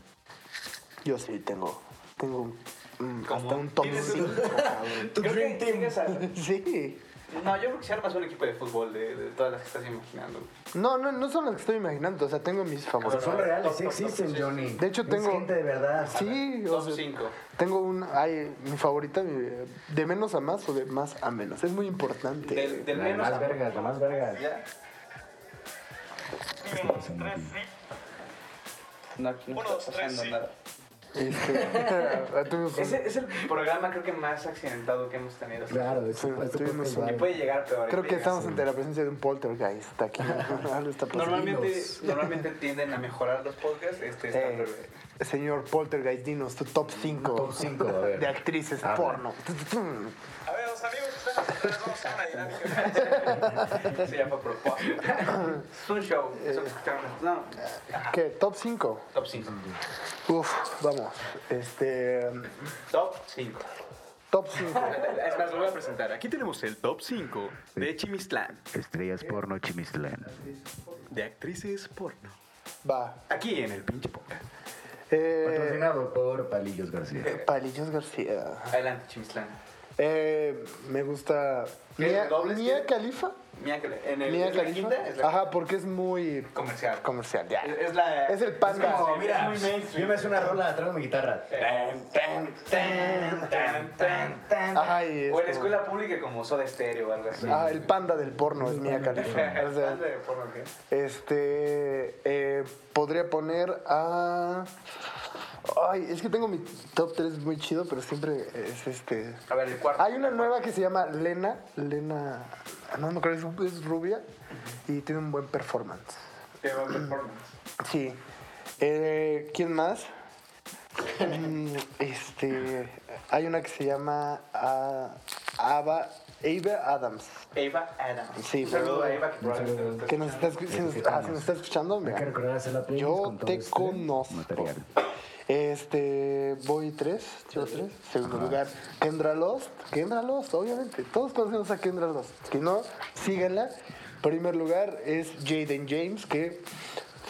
[SPEAKER 5] Yo sí tengo. Tengo un. mm,
[SPEAKER 4] ¿Cómo?
[SPEAKER 5] hasta un top
[SPEAKER 4] ¿Tienes
[SPEAKER 5] 5.
[SPEAKER 4] un- Creo que sigues a-
[SPEAKER 5] Sí.
[SPEAKER 4] No, yo creo que se armas un equipo de fútbol de, de todas las que estás imaginando. güey.
[SPEAKER 5] No, no, no son las que estoy imaginando. O sea, tengo mis favoritas.
[SPEAKER 3] Son reales, sí existen, Johnny.
[SPEAKER 5] De hecho, tengo-
[SPEAKER 3] Es gente de verdad.
[SPEAKER 5] Sí, o
[SPEAKER 4] Top
[SPEAKER 5] sea,
[SPEAKER 4] 5.
[SPEAKER 5] Tengo un. Ay, mi favorita, mi- de menos a más o de más a menos. Es muy importante.
[SPEAKER 4] Del, del
[SPEAKER 3] La
[SPEAKER 4] menos.
[SPEAKER 3] más vergas, la más vergas.
[SPEAKER 4] Ya. No, aquí no está pasando nada.
[SPEAKER 5] Este, tuvimos un-
[SPEAKER 4] Ese es el programa, creo que más accidentado que hemos tenido.
[SPEAKER 3] Claro, este
[SPEAKER 5] Sí,
[SPEAKER 3] eso
[SPEAKER 5] tuvimos
[SPEAKER 4] Y puede llegar peor. ¿eh?
[SPEAKER 5] creo que
[SPEAKER 4] Llega.
[SPEAKER 5] estamos ante la presencia de un poltergeist. Está aquí. Algo está pasando.
[SPEAKER 4] Normalmente,
[SPEAKER 3] Los-
[SPEAKER 4] normalmente tienden a mejorar los podcasts. Este está al
[SPEAKER 5] Eh,
[SPEAKER 4] revés.
[SPEAKER 5] señor Poltergeist, dinos tu top 5
[SPEAKER 3] Top cinco, a ver.
[SPEAKER 5] de actrices
[SPEAKER 3] A ver.
[SPEAKER 5] porno.
[SPEAKER 6] A ver, los amigos, ustedes, ustedes, vamos a hacer una dinámica.
[SPEAKER 4] Se llama propósito. es un show. Eso que escucharon. No,
[SPEAKER 5] ¿Qué? ¿Top 5?
[SPEAKER 4] top 5.
[SPEAKER 5] Uf, vamos. Este.
[SPEAKER 4] Top 5.
[SPEAKER 5] Top 5.
[SPEAKER 4] Es más, lo voy a presentar. Aquí tenemos el top 5 de Chimistlán,
[SPEAKER 3] Estrellas porno chimistlán.
[SPEAKER 4] de actrices porno.
[SPEAKER 5] Va.
[SPEAKER 4] Aquí en el pinche podcast.
[SPEAKER 5] Eh,
[SPEAKER 3] Patrocinado por Palillos García.
[SPEAKER 5] Palillos García.
[SPEAKER 4] Adelante, Chimistlán.
[SPEAKER 5] Eh, me gusta.
[SPEAKER 4] ¿Qué,
[SPEAKER 5] Mia,
[SPEAKER 4] dobles
[SPEAKER 5] Mia
[SPEAKER 4] qué?
[SPEAKER 5] Califa.
[SPEAKER 4] Mira que en el
[SPEAKER 5] Mia
[SPEAKER 4] es la
[SPEAKER 5] Califa.
[SPEAKER 4] quinta es la
[SPEAKER 5] Ajá, porque es muy
[SPEAKER 4] comercial.
[SPEAKER 5] comercial. Ya.
[SPEAKER 4] Es, es la.
[SPEAKER 5] Es el panda.
[SPEAKER 4] es como,
[SPEAKER 5] Sí,
[SPEAKER 4] mira, es muy
[SPEAKER 3] Yo
[SPEAKER 4] mainstream.
[SPEAKER 3] me hace una rola atrás de mi guitarra.
[SPEAKER 4] Tan, tan, tan, tan, tan, tan.
[SPEAKER 5] Ajá, y es
[SPEAKER 4] o en
[SPEAKER 5] como-
[SPEAKER 4] escuela pública como Soda Stereo o algo así.
[SPEAKER 5] Ah, el panda del porno es Mia Califa. O sea,
[SPEAKER 4] Ande, porno, ¿qué?
[SPEAKER 5] Este. eh, podría poner a. Ay, es que tengo mi top 3 muy chido, pero siempre es este.
[SPEAKER 4] A ver, el cuarto.
[SPEAKER 5] Hay una nueva que se llama Lena. Lena. No me acuerdo, es, es rubia y tiene un buen performance.
[SPEAKER 4] Te va a hacer porno.
[SPEAKER 5] Sí. Eh, ¿Quién más? Mm, este. Hay una que se llama. ah, Ava. Ava Adams.
[SPEAKER 4] Eva Adams.
[SPEAKER 5] Sí,
[SPEAKER 4] un saludo
[SPEAKER 5] pero-
[SPEAKER 4] a Eva que probablemente nos está
[SPEAKER 5] Que nos está, escu- si nos- ah, si nos está escuchando.
[SPEAKER 3] Hay
[SPEAKER 5] mira.
[SPEAKER 3] que recordar hacer la playlist
[SPEAKER 5] Yo
[SPEAKER 3] con todo
[SPEAKER 5] te
[SPEAKER 3] este
[SPEAKER 5] conozco.
[SPEAKER 3] material.
[SPEAKER 5] Este, voy 3, yo 3, segundo lugar. Kendra Lost, Kendra Lost, obviamente. Todos conocemos a Kendra Lost. Si no, síganla. Primer lugar es Jaden James, que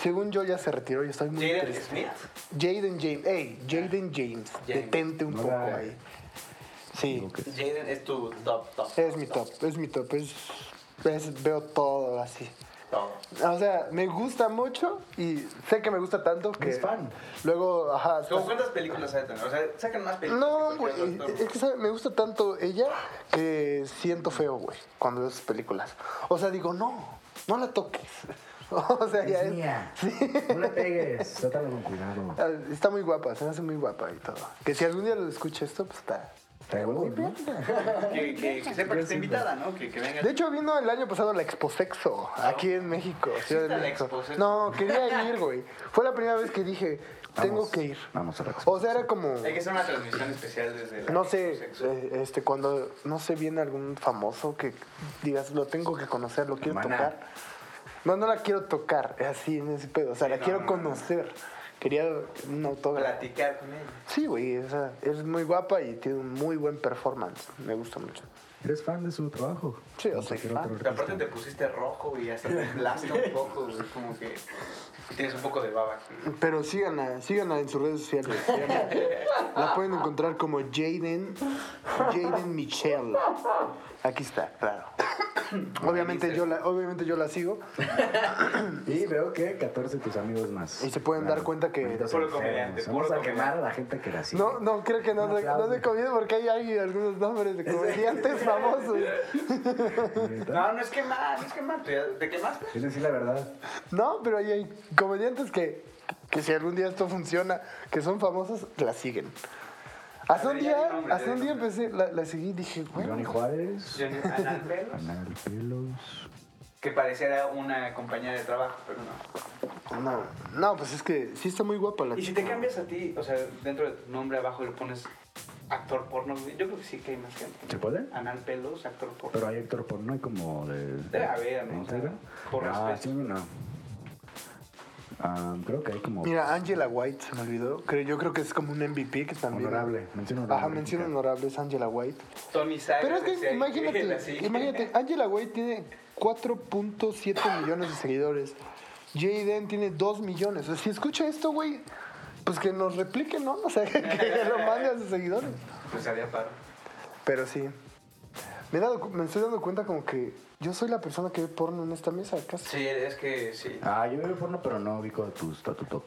[SPEAKER 5] según yo ya se retiró y estoy muy
[SPEAKER 4] Jaden
[SPEAKER 5] triste.
[SPEAKER 4] Smith. Ah,
[SPEAKER 5] Jaden James, hey, Jaden James,
[SPEAKER 4] James.
[SPEAKER 5] detente un
[SPEAKER 3] No
[SPEAKER 5] poco
[SPEAKER 3] la-
[SPEAKER 5] ahí. Sí.
[SPEAKER 4] Jaden es tu,
[SPEAKER 7] top, top.
[SPEAKER 5] Es mi top, es mi top. Es, es- veo todo así.
[SPEAKER 7] Todo.
[SPEAKER 5] O sea, me gusta mucho y sé que me gusta tanto que.
[SPEAKER 3] Es fan.
[SPEAKER 5] Luego, ajá.
[SPEAKER 4] ¿Cómo
[SPEAKER 5] hasta-
[SPEAKER 4] cuántas películas hay de tener? O sea, sacan más películas.
[SPEAKER 5] No,
[SPEAKER 4] que
[SPEAKER 5] güey.
[SPEAKER 4] cualquier otro
[SPEAKER 5] Es que ¿sabe? me gusta tanto ella que siento feo, güey, cuando veo sus películas. O sea, digo, no, no la toques. O sea, ya
[SPEAKER 3] Es mía.
[SPEAKER 5] Sí.
[SPEAKER 3] No la pegues. Trátalo con cuidado.
[SPEAKER 5] Ah, Está muy guapa, se me hace muy guapa y todo. Que si algún día lo escucha esto, pues está.
[SPEAKER 3] Está huevo, ¿no?
[SPEAKER 8] Que, que, que sepa que está invitada, ¿no? Que, que venga.
[SPEAKER 5] De hecho, vino el año pasado la Exposexo, aquí en México. Ciudad de
[SPEAKER 8] la
[SPEAKER 5] México.
[SPEAKER 8] Exposexo?
[SPEAKER 5] No, quería ir, güey. Fue la primera vez que dije, tengo
[SPEAKER 3] Vamos,
[SPEAKER 5] que ir.
[SPEAKER 3] Vamos a la
[SPEAKER 5] O sea, era como,
[SPEAKER 4] Hay que hacer una transmisión especial desde la.
[SPEAKER 5] no sé,
[SPEAKER 4] sexo.
[SPEAKER 5] eh, este, cuando, no sé, viene algún famoso que digas, lo tengo que conocer, lo quiero
[SPEAKER 3] Maná.
[SPEAKER 5] tocar. No, no la quiero tocar, es así, en ese pedo. O sea, la
[SPEAKER 4] no,
[SPEAKER 5] quiero
[SPEAKER 4] no, no.
[SPEAKER 5] conocer. Quería un autógrafo.
[SPEAKER 4] Platicar con ella.
[SPEAKER 5] Sí, güey, o sea, es muy guapa y tiene un muy buen performance. Me gusta mucho.
[SPEAKER 3] ¿Eres fan de su trabajo?
[SPEAKER 5] Sí, yo
[SPEAKER 3] Como
[SPEAKER 5] soy
[SPEAKER 3] cualquier
[SPEAKER 5] fan.
[SPEAKER 3] otro
[SPEAKER 4] Pero aparte
[SPEAKER 3] artista.
[SPEAKER 4] te pusiste rojo y hasta te blaste un poco, güey, como que tienes un poco de baba aquí.
[SPEAKER 5] Pero síganla, síganla en sus redes sociales. síganla. La pueden encontrar como Jaden, Jaden Michelle. Aquí está, claro. Obviamente yo, la, obviamente yo la sigo
[SPEAKER 3] Y veo que 14 tus amigos más.
[SPEAKER 5] y se pueden dar cuenta que...
[SPEAKER 3] Malditos
[SPEAKER 4] Puro
[SPEAKER 3] enfermos.
[SPEAKER 4] comediante,
[SPEAKER 3] Vamos
[SPEAKER 4] puro
[SPEAKER 3] a quemar a la gente que la sigue.
[SPEAKER 5] No, no, creo que no,
[SPEAKER 3] Un
[SPEAKER 5] de- no
[SPEAKER 3] aplauso.
[SPEAKER 5] de comida porque ahí hay algunos nombres de comediantes famosos.
[SPEAKER 4] No, no es quemar, no es quemar. ¿Tú ya- ¿Te quemaste?
[SPEAKER 3] Es decir, la verdad.
[SPEAKER 5] No, pero ahí hay comediantes que, que si algún día esto funciona, que son famosos, la siguen. Hace
[SPEAKER 4] A
[SPEAKER 5] un
[SPEAKER 4] ver, ya di
[SPEAKER 5] día,
[SPEAKER 4] nombres, ya
[SPEAKER 5] hace un
[SPEAKER 4] di
[SPEAKER 5] día empecé, la, la seguí y dije,
[SPEAKER 3] Johnny
[SPEAKER 5] bueno,
[SPEAKER 3] Juárez.
[SPEAKER 4] Johnny Analvelo,
[SPEAKER 3] Ana de Pelos.
[SPEAKER 4] que pareciera una compañera de trabajo, pero no.
[SPEAKER 5] no, no, pues es que sí está muy guapa la
[SPEAKER 4] Y si
[SPEAKER 5] chica.
[SPEAKER 4] te cambias a ti, o sea, dentro de tu nombre abajo le pones actor porno, güey, yo creo que sí que hay más gente.
[SPEAKER 3] ¿Se puede?
[SPEAKER 4] Anal pelos, actor porno.
[SPEAKER 3] Pero hay actor porno hay como de.
[SPEAKER 4] Debe haber, ¿no?
[SPEAKER 3] ¿No te digo?
[SPEAKER 4] Por
[SPEAKER 3] Ah, sí,
[SPEAKER 4] respeto.
[SPEAKER 3] no. Ah, creo que hay como.
[SPEAKER 5] Mira, Angela White se me olvidó. Creo, yo creo que es como un MVP que también.
[SPEAKER 3] Honorable, mención honorable.
[SPEAKER 5] Ajá, mención honorable es Angela White.
[SPEAKER 4] Tony Saga.
[SPEAKER 5] Pero es
[SPEAKER 4] decía
[SPEAKER 5] que
[SPEAKER 4] ahí, la
[SPEAKER 5] imagínate,
[SPEAKER 4] sigue.
[SPEAKER 5] imagínate, Angela White tiene 4.7 millones de seguidores. Jaden tiene 2 millones. O sea, si escucha esto, güey, pues que nos replique, ¿no? O sea, que lo mande a sus seguidores.
[SPEAKER 4] Pues haría paro.
[SPEAKER 5] Pero sí. Me, he dado cu- me estoy dando cuenta como que yo soy la persona que ve porno en esta mesa, casi.
[SPEAKER 4] Sí, es que sí.
[SPEAKER 3] Ah, yo veo porno, pero no ubico tu, tu, tu top.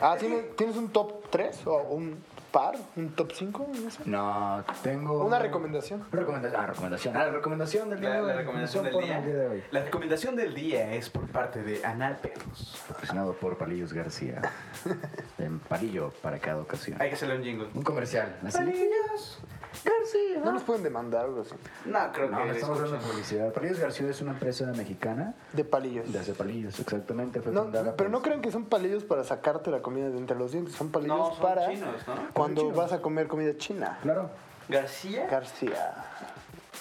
[SPEAKER 5] Ah, ¿tiene- ¿tienes un top 3 o un par? ¿Un top 5? No sé.
[SPEAKER 3] No, tengo.
[SPEAKER 5] Una recomendación.
[SPEAKER 3] Recomenda- ah, recomendación. Ah, la recomendación del día
[SPEAKER 4] La,
[SPEAKER 3] de hoy.
[SPEAKER 4] la recomendación del
[SPEAKER 3] porno
[SPEAKER 4] día.
[SPEAKER 3] de hoy.
[SPEAKER 4] La recomendación del día es por parte de Anal Pelos.
[SPEAKER 3] Patrocinado por Palillos García. en palillo para cada ocasión.
[SPEAKER 4] Hay que hacerle un jingle.
[SPEAKER 3] Un comercial. así.
[SPEAKER 4] Palillos, García.
[SPEAKER 5] No nos pueden demandar algo así.
[SPEAKER 4] No, creo
[SPEAKER 3] No,
[SPEAKER 4] que
[SPEAKER 3] le estamos
[SPEAKER 4] escuchen.
[SPEAKER 3] dando publicidad. Palillos García es una empresa mexicana
[SPEAKER 5] De palillos.
[SPEAKER 3] de hacer palillos, exactamente. Fue
[SPEAKER 5] No,
[SPEAKER 3] fundada por-
[SPEAKER 5] pero no crean que son palillos para sacarte la comida de entre los dientes, son palillos
[SPEAKER 4] No, son
[SPEAKER 5] para
[SPEAKER 4] chinos, ¿no?
[SPEAKER 5] cuando
[SPEAKER 3] Son chinos.
[SPEAKER 5] vas a comer comida china.
[SPEAKER 3] Claro.
[SPEAKER 4] García.
[SPEAKER 5] García.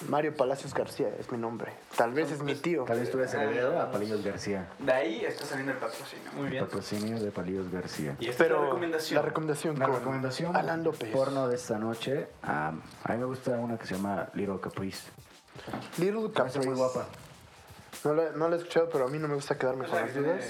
[SPEAKER 5] Mario Palacios García es mi nombre. Tal vez es mi
[SPEAKER 4] pues,
[SPEAKER 5] tío.
[SPEAKER 3] Tal vez tú
[SPEAKER 4] Ah,
[SPEAKER 3] eres heredero a Palillos García.
[SPEAKER 4] De ahí está saliendo el patrocinio. Muy bien.
[SPEAKER 3] Patrocinio de Palillos García.
[SPEAKER 4] Y esta es
[SPEAKER 5] Pero
[SPEAKER 4] la recomendación.
[SPEAKER 5] La recomendación.
[SPEAKER 3] Una
[SPEAKER 5] con
[SPEAKER 3] recomendación.
[SPEAKER 5] Alan López.
[SPEAKER 3] Porno de esta noche. ah, a mí me gusta una que se llama Little Caprice.
[SPEAKER 5] Little
[SPEAKER 3] Esa es
[SPEAKER 5] Caprice.
[SPEAKER 3] muy guapa.
[SPEAKER 5] No la, no la he escuchado, pero a mí no me gusta quedarme
[SPEAKER 4] O
[SPEAKER 5] con
[SPEAKER 4] sea,
[SPEAKER 5] las
[SPEAKER 4] que
[SPEAKER 5] dudas.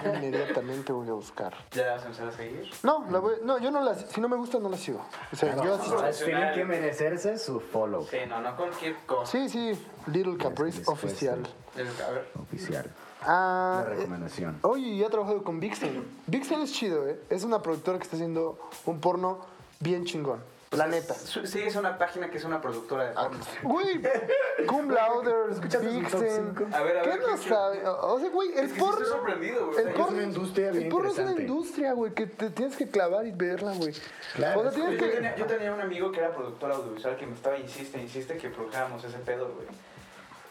[SPEAKER 4] tiene-
[SPEAKER 5] Inmediatamente voy a buscar.
[SPEAKER 4] ¿Ya la vas a empezar a seguir?
[SPEAKER 5] No, la voy- no, yo no la. Si no me gusta, no la sigo. O sea,
[SPEAKER 3] Ah,
[SPEAKER 5] yo así-
[SPEAKER 3] O sea, Tienen que merecerse su follow
[SPEAKER 4] Sí, no, no cualquier cosa.
[SPEAKER 5] Sí, sí. Little Caprice
[SPEAKER 3] después,
[SPEAKER 5] oficial.
[SPEAKER 3] sí.
[SPEAKER 4] A ver.
[SPEAKER 3] oficial.
[SPEAKER 5] Ah,
[SPEAKER 3] Una recomendación.
[SPEAKER 5] eh, oye, y ha trabajado con Vixen. Vixen es chido, ¿eh? Es una productora que está haciendo un porno bien chingón. La neta.
[SPEAKER 4] Su- Sigues una página que es una productora
[SPEAKER 5] Ah,
[SPEAKER 4] de porno.
[SPEAKER 5] Güey, Cum Lauder, Vixen.
[SPEAKER 3] cinco?
[SPEAKER 4] A ver, a
[SPEAKER 5] ¿Qué
[SPEAKER 4] ver,
[SPEAKER 5] no
[SPEAKER 4] ¿qué-
[SPEAKER 5] sabe? O sea, güey, el
[SPEAKER 4] Es que sí estoy
[SPEAKER 5] porno.
[SPEAKER 4] sorprendido, güey. O
[SPEAKER 5] El
[SPEAKER 4] sea,
[SPEAKER 3] por-
[SPEAKER 5] porno
[SPEAKER 3] una industria bien
[SPEAKER 5] el porno es una
[SPEAKER 3] interesante.
[SPEAKER 5] industria, güey, que te tienes que clavar y verla, güey.
[SPEAKER 3] Claro,
[SPEAKER 5] o sea,
[SPEAKER 3] es
[SPEAKER 5] tienes
[SPEAKER 4] Yo
[SPEAKER 5] que.
[SPEAKER 4] tenía, yo tenía un amigo que era productor audiovisual que me estaba insiste, insiste que produjéramos ese pedo, güey.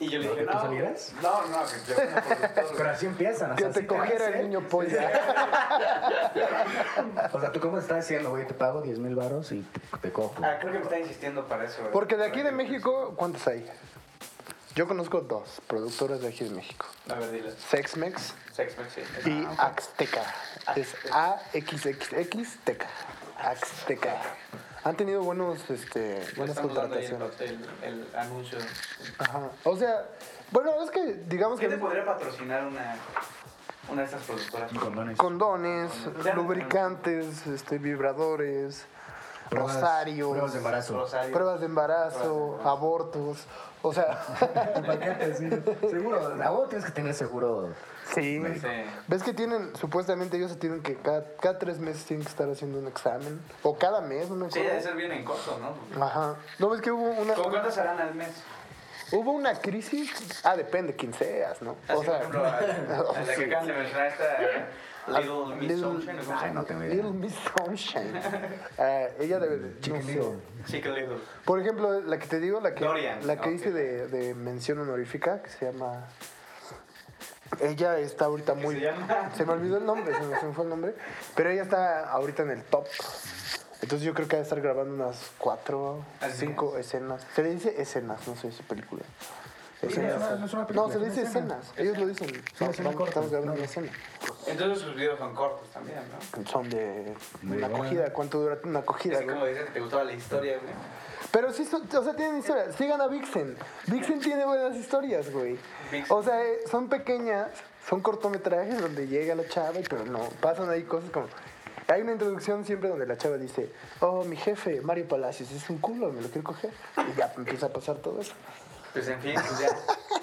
[SPEAKER 4] Y yo le
[SPEAKER 3] ¿Pero
[SPEAKER 4] dije,
[SPEAKER 3] que tú
[SPEAKER 4] no.
[SPEAKER 3] salieras?
[SPEAKER 4] No, no, que yo como productor.
[SPEAKER 3] Pero así empiezan. o
[SPEAKER 5] Que
[SPEAKER 3] sea,
[SPEAKER 5] te
[SPEAKER 3] sí
[SPEAKER 5] cogiera
[SPEAKER 3] hacen.
[SPEAKER 5] el niño polla.
[SPEAKER 3] O sea, ¿tú cómo estás diciendo, güey? Te pago 10 mil baros y te, te cojo.
[SPEAKER 4] Ah, creo que me está insistiendo para eso, güey.
[SPEAKER 5] Porque de aquí de México, ¿cuántos hay? Yo conozco dos productoras de aquí de México:
[SPEAKER 4] A ver, dile. Ah,
[SPEAKER 5] Sexmex
[SPEAKER 4] Sex Machine.
[SPEAKER 5] y Axteca. Es AXXX Teca. Axteca. Han tenido buenos, este, buenas
[SPEAKER 4] Estamos dando ahí
[SPEAKER 5] contrataciones.
[SPEAKER 4] el, el, el anuncio.
[SPEAKER 5] Ajá. O sea, bueno, es que digamos
[SPEAKER 4] ¿Qué
[SPEAKER 5] que
[SPEAKER 4] te podría patrocinar una, una de estas productoras?
[SPEAKER 3] Condones.
[SPEAKER 5] condones,
[SPEAKER 4] Ya.
[SPEAKER 5] lubricantes, este, vibradores.
[SPEAKER 3] Pruebas-
[SPEAKER 5] Rosario.
[SPEAKER 3] Pruebas de embarazo.
[SPEAKER 4] Rosario.
[SPEAKER 5] Pruebas de embarazo, abortos. O sea,
[SPEAKER 3] Imagínate, sí. Seguro, la voz tienes que tener seguro.
[SPEAKER 5] sí.
[SPEAKER 4] Sí.
[SPEAKER 5] ¿Ves que tienen, supuestamente ellos se tienen que cada, cada tres meses tienen que estar haciendo un examen? O cada mes, no me
[SPEAKER 4] Sí, debe
[SPEAKER 5] acuerdo.
[SPEAKER 4] ser bien en corto, ¿no?
[SPEAKER 5] Ajá. ¿No ves que hubo una,
[SPEAKER 4] ¿Con cuántas harán al mes?
[SPEAKER 5] hubo una crisis? Ah, depende, quién seas, ¿no?
[SPEAKER 4] Así,
[SPEAKER 5] O sea,
[SPEAKER 4] Ah, por ejemplo, a, a la que acaban de mencionar esta Little Miss
[SPEAKER 5] Little-
[SPEAKER 4] Sunshine, ¿o cómo se
[SPEAKER 3] Ay,
[SPEAKER 4] llama?
[SPEAKER 3] no tengo idea.
[SPEAKER 5] Little Miss Sunshine. Ah, ella debe de... no
[SPEAKER 3] Chicken
[SPEAKER 5] sé.
[SPEAKER 3] Little.
[SPEAKER 4] Sí, que Little.
[SPEAKER 5] Por ejemplo, la que te digo, la que,
[SPEAKER 4] Dorian.
[SPEAKER 5] la que
[SPEAKER 4] Ah,
[SPEAKER 5] hice
[SPEAKER 4] ok.
[SPEAKER 5] de, de mención honorífica, que se llama... Ella está ahorita muy...
[SPEAKER 4] se llama?
[SPEAKER 5] me olvidó el nombre, se me se me fue el nombre. Pero ella está ahorita en el top. Entonces yo creo que va a estar grabando unas cuatro,
[SPEAKER 4] Así
[SPEAKER 5] cinco escenas. Se le dice escenas, no se dice película. Escenas.
[SPEAKER 3] no, no es una película,
[SPEAKER 5] No, se le dice escenas. Ellos lo dicen.
[SPEAKER 3] una
[SPEAKER 5] Vamos-
[SPEAKER 3] escena
[SPEAKER 5] vamos-
[SPEAKER 3] corta,
[SPEAKER 5] Estamos grabando
[SPEAKER 3] no.
[SPEAKER 5] una escena.
[SPEAKER 4] Entonces pues, sus videos son cortos también, ¿no?
[SPEAKER 5] Son de
[SPEAKER 3] hora.
[SPEAKER 5] una acogida. ¿Cuánto dura una acogida?
[SPEAKER 4] Así
[SPEAKER 5] güey?
[SPEAKER 4] como dices que te gustaba la historia, güey.
[SPEAKER 5] Pero sí, son- o sea, tienen historias. Sigan a Vixen. Vixen tiene buenas historias, güey.
[SPEAKER 4] Vixen.
[SPEAKER 5] O sea, eh, son pequeñas, son cortometrajes donde llega la chava, y pero no, pasan ahí cosas como... Hay una introducción siempre donde la chava dice, oh, mi jefe, Mario Palacios, es un culo, me lo quiero coger. Y ya empieza a pasar todo eso.
[SPEAKER 4] Pues en fin, pues ya,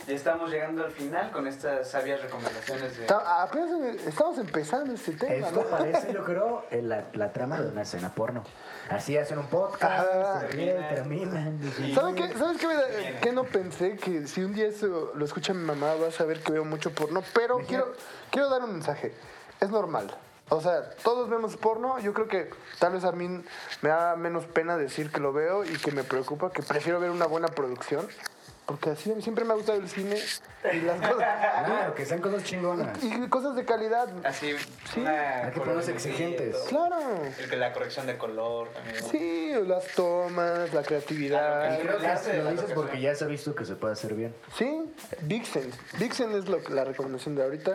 [SPEAKER 4] ya estamos llegando al final con estas sabias recomendaciones de...
[SPEAKER 5] Ta- apenas estamos empezando este tema,
[SPEAKER 3] Esto
[SPEAKER 5] ¿no?
[SPEAKER 3] parece, yo creo, el- la, la trama de una escena porno. Así hacen un podcast,
[SPEAKER 5] Ajá.
[SPEAKER 3] se ríen, terminan.
[SPEAKER 4] Y-
[SPEAKER 5] Ah. ¿Saben qué, ¿Sabes qué, me da- eh, qué no pensé? Que si un día eso lo escucha mi mamá, va a saber que veo mucho porno. Pero quiero, quiero dar un mensaje. Es normal. O sea, todos vemos porno. Yo creo que tal vez a mí me da menos pena decir que lo veo y que me preocupa, que prefiero ver una buena producción. Porque así siempre me ha gustado el cine y las cosas,
[SPEAKER 3] Claro, que sean cosas chingonas.
[SPEAKER 5] y cosas de calidad.
[SPEAKER 4] Así,
[SPEAKER 5] Sí,
[SPEAKER 4] una
[SPEAKER 3] hay que ponernos
[SPEAKER 4] colorimetría,
[SPEAKER 3] exigentes.
[SPEAKER 4] todo.
[SPEAKER 5] Claro.
[SPEAKER 4] El que la corrección de color también.
[SPEAKER 5] Sí, las tomas, la creatividad.
[SPEAKER 3] Creo que hace- lo dices porque ya se ha visto que se puede hacer bien.
[SPEAKER 5] Sí, Vixen. Vixen es lo- la recomendación de ahorita.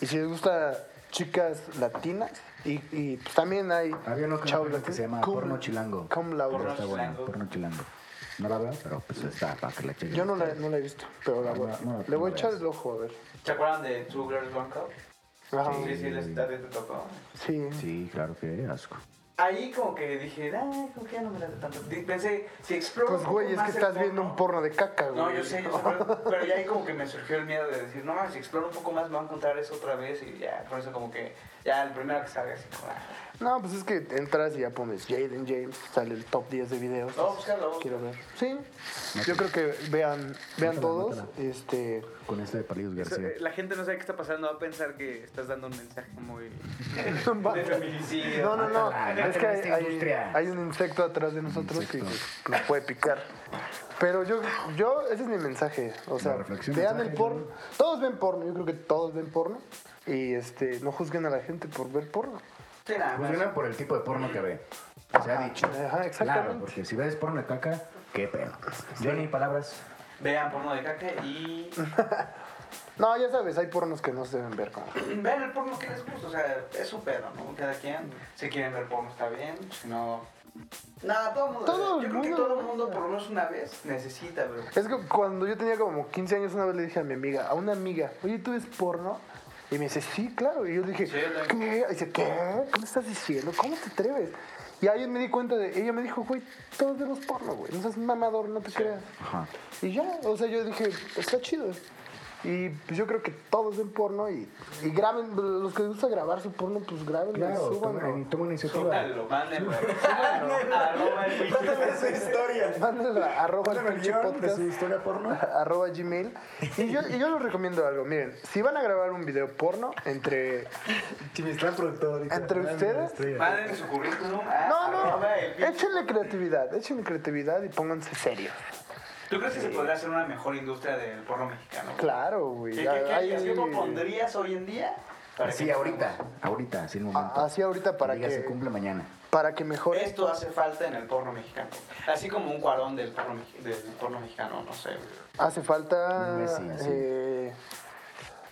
[SPEAKER 5] Y si les gusta chicas latinas, y, y, pues también hay
[SPEAKER 3] Había uno que,
[SPEAKER 5] chavos
[SPEAKER 3] me acuerdo que se llama
[SPEAKER 5] latinos. Cum-
[SPEAKER 3] Porno Chilango.
[SPEAKER 5] cum laude.
[SPEAKER 3] Pero está
[SPEAKER 4] Porno
[SPEAKER 3] bueno,
[SPEAKER 4] Chilango.
[SPEAKER 3] Porno Chilango. No la veo, pero pues está para que la chequen.
[SPEAKER 5] Yo no la, no la he visto, pero la
[SPEAKER 3] No,
[SPEAKER 5] voy,
[SPEAKER 3] no, no,
[SPEAKER 5] le voy a
[SPEAKER 3] no
[SPEAKER 5] echar
[SPEAKER 3] veas.
[SPEAKER 5] el ojo a ver.
[SPEAKER 4] ¿Se acuerdan de Two Girls One Cup?
[SPEAKER 5] Ajá.
[SPEAKER 4] Sí, sí, les- a ti te tocó.
[SPEAKER 5] Sí.
[SPEAKER 3] Sí, claro que asco.
[SPEAKER 4] Ahí como que dije, ah, como que ya no me late tanto. Di- Pensé, si exploro
[SPEAKER 5] Pues
[SPEAKER 4] un poco
[SPEAKER 5] güey, es
[SPEAKER 4] más
[SPEAKER 5] que
[SPEAKER 4] el
[SPEAKER 5] estás viendo un
[SPEAKER 4] porno-
[SPEAKER 5] porno de caca, güey.
[SPEAKER 4] No, yo sé, yo sé, pero, pero ya ahí como que me surgió el miedo de decir, no mames, si exploro un poco más me voy a encontrar eso otra vez y ya, por eso como que, ya el primero que salga así como, ah,
[SPEAKER 5] No, pues es que entras y ya pones Jaden James, sale el top 10 de videos.
[SPEAKER 4] No, búscalo.
[SPEAKER 5] Quiero ver. Sí. Yo creo que vean, vean
[SPEAKER 3] Mátala,
[SPEAKER 5] todos.
[SPEAKER 3] mátala.
[SPEAKER 5] Este.
[SPEAKER 3] Con este de Palillos García.
[SPEAKER 9] La gente no sabe qué está pasando, va a pensar que estás dando un mensaje muy...
[SPEAKER 4] de feminicidio.
[SPEAKER 5] No, no, no.
[SPEAKER 3] Mátala,
[SPEAKER 5] Es que hay,
[SPEAKER 3] esta
[SPEAKER 5] hay-
[SPEAKER 3] industria.
[SPEAKER 5] hay un insecto atrás de nosotros que
[SPEAKER 3] insecto.
[SPEAKER 5] nos puede picar. Pero yo, yo, ese es mi mensaje. O sea,
[SPEAKER 3] reflexión,
[SPEAKER 5] vean el
[SPEAKER 3] mensaje,
[SPEAKER 5] porno. Todos ven porno, yo creo que todos ven porno. Y este, no juzguen a la gente por ver porno.
[SPEAKER 4] Sí, nada más.
[SPEAKER 3] Funciona por el tipo de porno que ve. Se ha dicho.
[SPEAKER 5] Ajá,
[SPEAKER 3] Claro,
[SPEAKER 5] exactamente.
[SPEAKER 3] porque si ves porno de caca, qué pedo. Johnny, palabras.
[SPEAKER 4] Vean porno de caca y
[SPEAKER 5] No, ya sabes, hay pornos que no se deben ver. como-
[SPEAKER 4] vean el porno que les gusta, o sea, es su pedo, ¿no? Cada quien, si quieren ver porno está bien, si no... Nada, todo el mundo,
[SPEAKER 5] Todo el
[SPEAKER 4] yo creo que
[SPEAKER 5] mundo.
[SPEAKER 4] todo el mundo por lo menos una vez necesita, bro.
[SPEAKER 5] Es que cuando yo tenía como 15 años, una vez le dije a mi amiga, a una amiga, oye, ¿tú ves porno? Y me dice, sí, claro. Y yo dije,
[SPEAKER 4] Sí, yo también.
[SPEAKER 5] ¿qué? Y dice, ¿qué? ¿Qué me estás diciendo? ¿Cómo te atreves? Y ahí me di cuenta de, ella me dijo, güey, todos vemos porno, güey. No seas mamador, no te creas.
[SPEAKER 3] Ajá.
[SPEAKER 5] Y ya, o sea, yo dije, está chido. Y pues yo creo que todos ven porno y, y graben, los que les gusta grabar su porno, pues graben
[SPEAKER 3] Claro,
[SPEAKER 5] y
[SPEAKER 3] toma,
[SPEAKER 5] suban.
[SPEAKER 3] toma iniciativa.
[SPEAKER 4] Súbanlo, mándenlo. Súbanlo. Arroba el pinche
[SPEAKER 3] historia.
[SPEAKER 5] Mándalo a arroba el
[SPEAKER 3] Mándame el
[SPEAKER 5] pinche
[SPEAKER 3] guión de
[SPEAKER 5] Ah, podcast.
[SPEAKER 3] su historia porno.
[SPEAKER 5] arroba gmail. Y yo, y yo les recomiendo algo, miren, si van a grabar un video porno entre...
[SPEAKER 3] Chimistán productor. ahorita.
[SPEAKER 5] ¿Entre
[SPEAKER 3] Dame
[SPEAKER 5] ustedes?
[SPEAKER 3] la estrella.
[SPEAKER 4] Manden su currículum a
[SPEAKER 5] No, no,
[SPEAKER 4] arroba el pinche-
[SPEAKER 5] échenle creatividad, échenle creatividad y pónganse serios.
[SPEAKER 4] ¿Tú crees que se podría hacer una mejor industria del porno mexicano?
[SPEAKER 5] Claro, güey.
[SPEAKER 4] ¿Qué, qué, qué
[SPEAKER 5] hay-
[SPEAKER 4] harías? ¿Qué propondrías hoy en día? para
[SPEAKER 3] Así
[SPEAKER 4] que-
[SPEAKER 3] ahorita, ahorita, así el momento.
[SPEAKER 5] A- así Ah, ahorita para
[SPEAKER 3] Diga,
[SPEAKER 5] que-
[SPEAKER 3] se cumple mañana.
[SPEAKER 5] Para que mejore.
[SPEAKER 4] Esto hace falta en el porno mexicano. Así como un cuarón del porno, mex- del porno mexicano, no sé.
[SPEAKER 5] Hace falta...
[SPEAKER 3] Un Messi, así.
[SPEAKER 5] eh,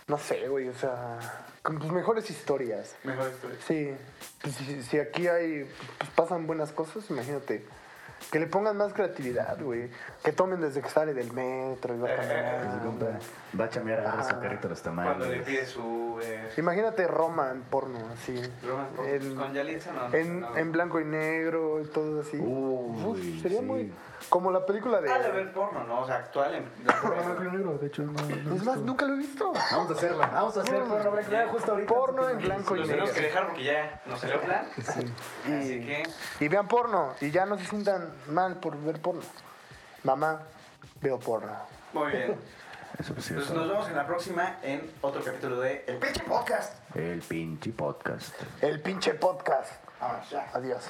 [SPEAKER 5] no sé, güey, o sea... Con tus mejores historias.
[SPEAKER 4] Mejor historia.
[SPEAKER 5] Sí, pues, si, si aquí hay, pues, pasan buenas cosas, imagínate. Que le pongan más creatividad, güey. Que tomen desde que sale del metro y va
[SPEAKER 4] Eh,
[SPEAKER 3] Que se
[SPEAKER 5] caminando.
[SPEAKER 3] compra, va a chambear, agarra su carrito de los
[SPEAKER 4] Ah, Cuando le
[SPEAKER 3] tamales.
[SPEAKER 4] pide su güey.
[SPEAKER 5] Imagínate Roma en porno, así.
[SPEAKER 4] Roma, con-
[SPEAKER 5] En-
[SPEAKER 4] Con Yalitza no.
[SPEAKER 5] En,
[SPEAKER 4] no.
[SPEAKER 5] en blanco y negro y todo así.
[SPEAKER 3] Uy,
[SPEAKER 5] Uf, sería
[SPEAKER 3] sí.
[SPEAKER 5] muy. Como la película de.
[SPEAKER 4] Ah, de ver porno, ¿no? O sea, actual en...
[SPEAKER 5] de hecho, Es más, nunca lo he visto.
[SPEAKER 3] Vamos a hacerla, vamos a hacerla.
[SPEAKER 4] Ah,
[SPEAKER 3] Bueno, habrá que ver justo ahorita.
[SPEAKER 5] Porno en blanco y
[SPEAKER 4] Los tenemos que
[SPEAKER 5] negro.
[SPEAKER 4] dejar porque ya nos salió plan. Así que...
[SPEAKER 5] Y vean porno. Y ya no se sientan mal por ver porno. Mamá, veo porno.
[SPEAKER 4] Muy bien.
[SPEAKER 3] Eso pues sí,
[SPEAKER 4] Pues
[SPEAKER 3] eso.
[SPEAKER 4] nos vemos en la próxima en otro capítulo de El Pinche Podcast.
[SPEAKER 3] El pinche podcast.
[SPEAKER 5] El pinche podcast.
[SPEAKER 4] Vámonos, ya.
[SPEAKER 5] Adiós.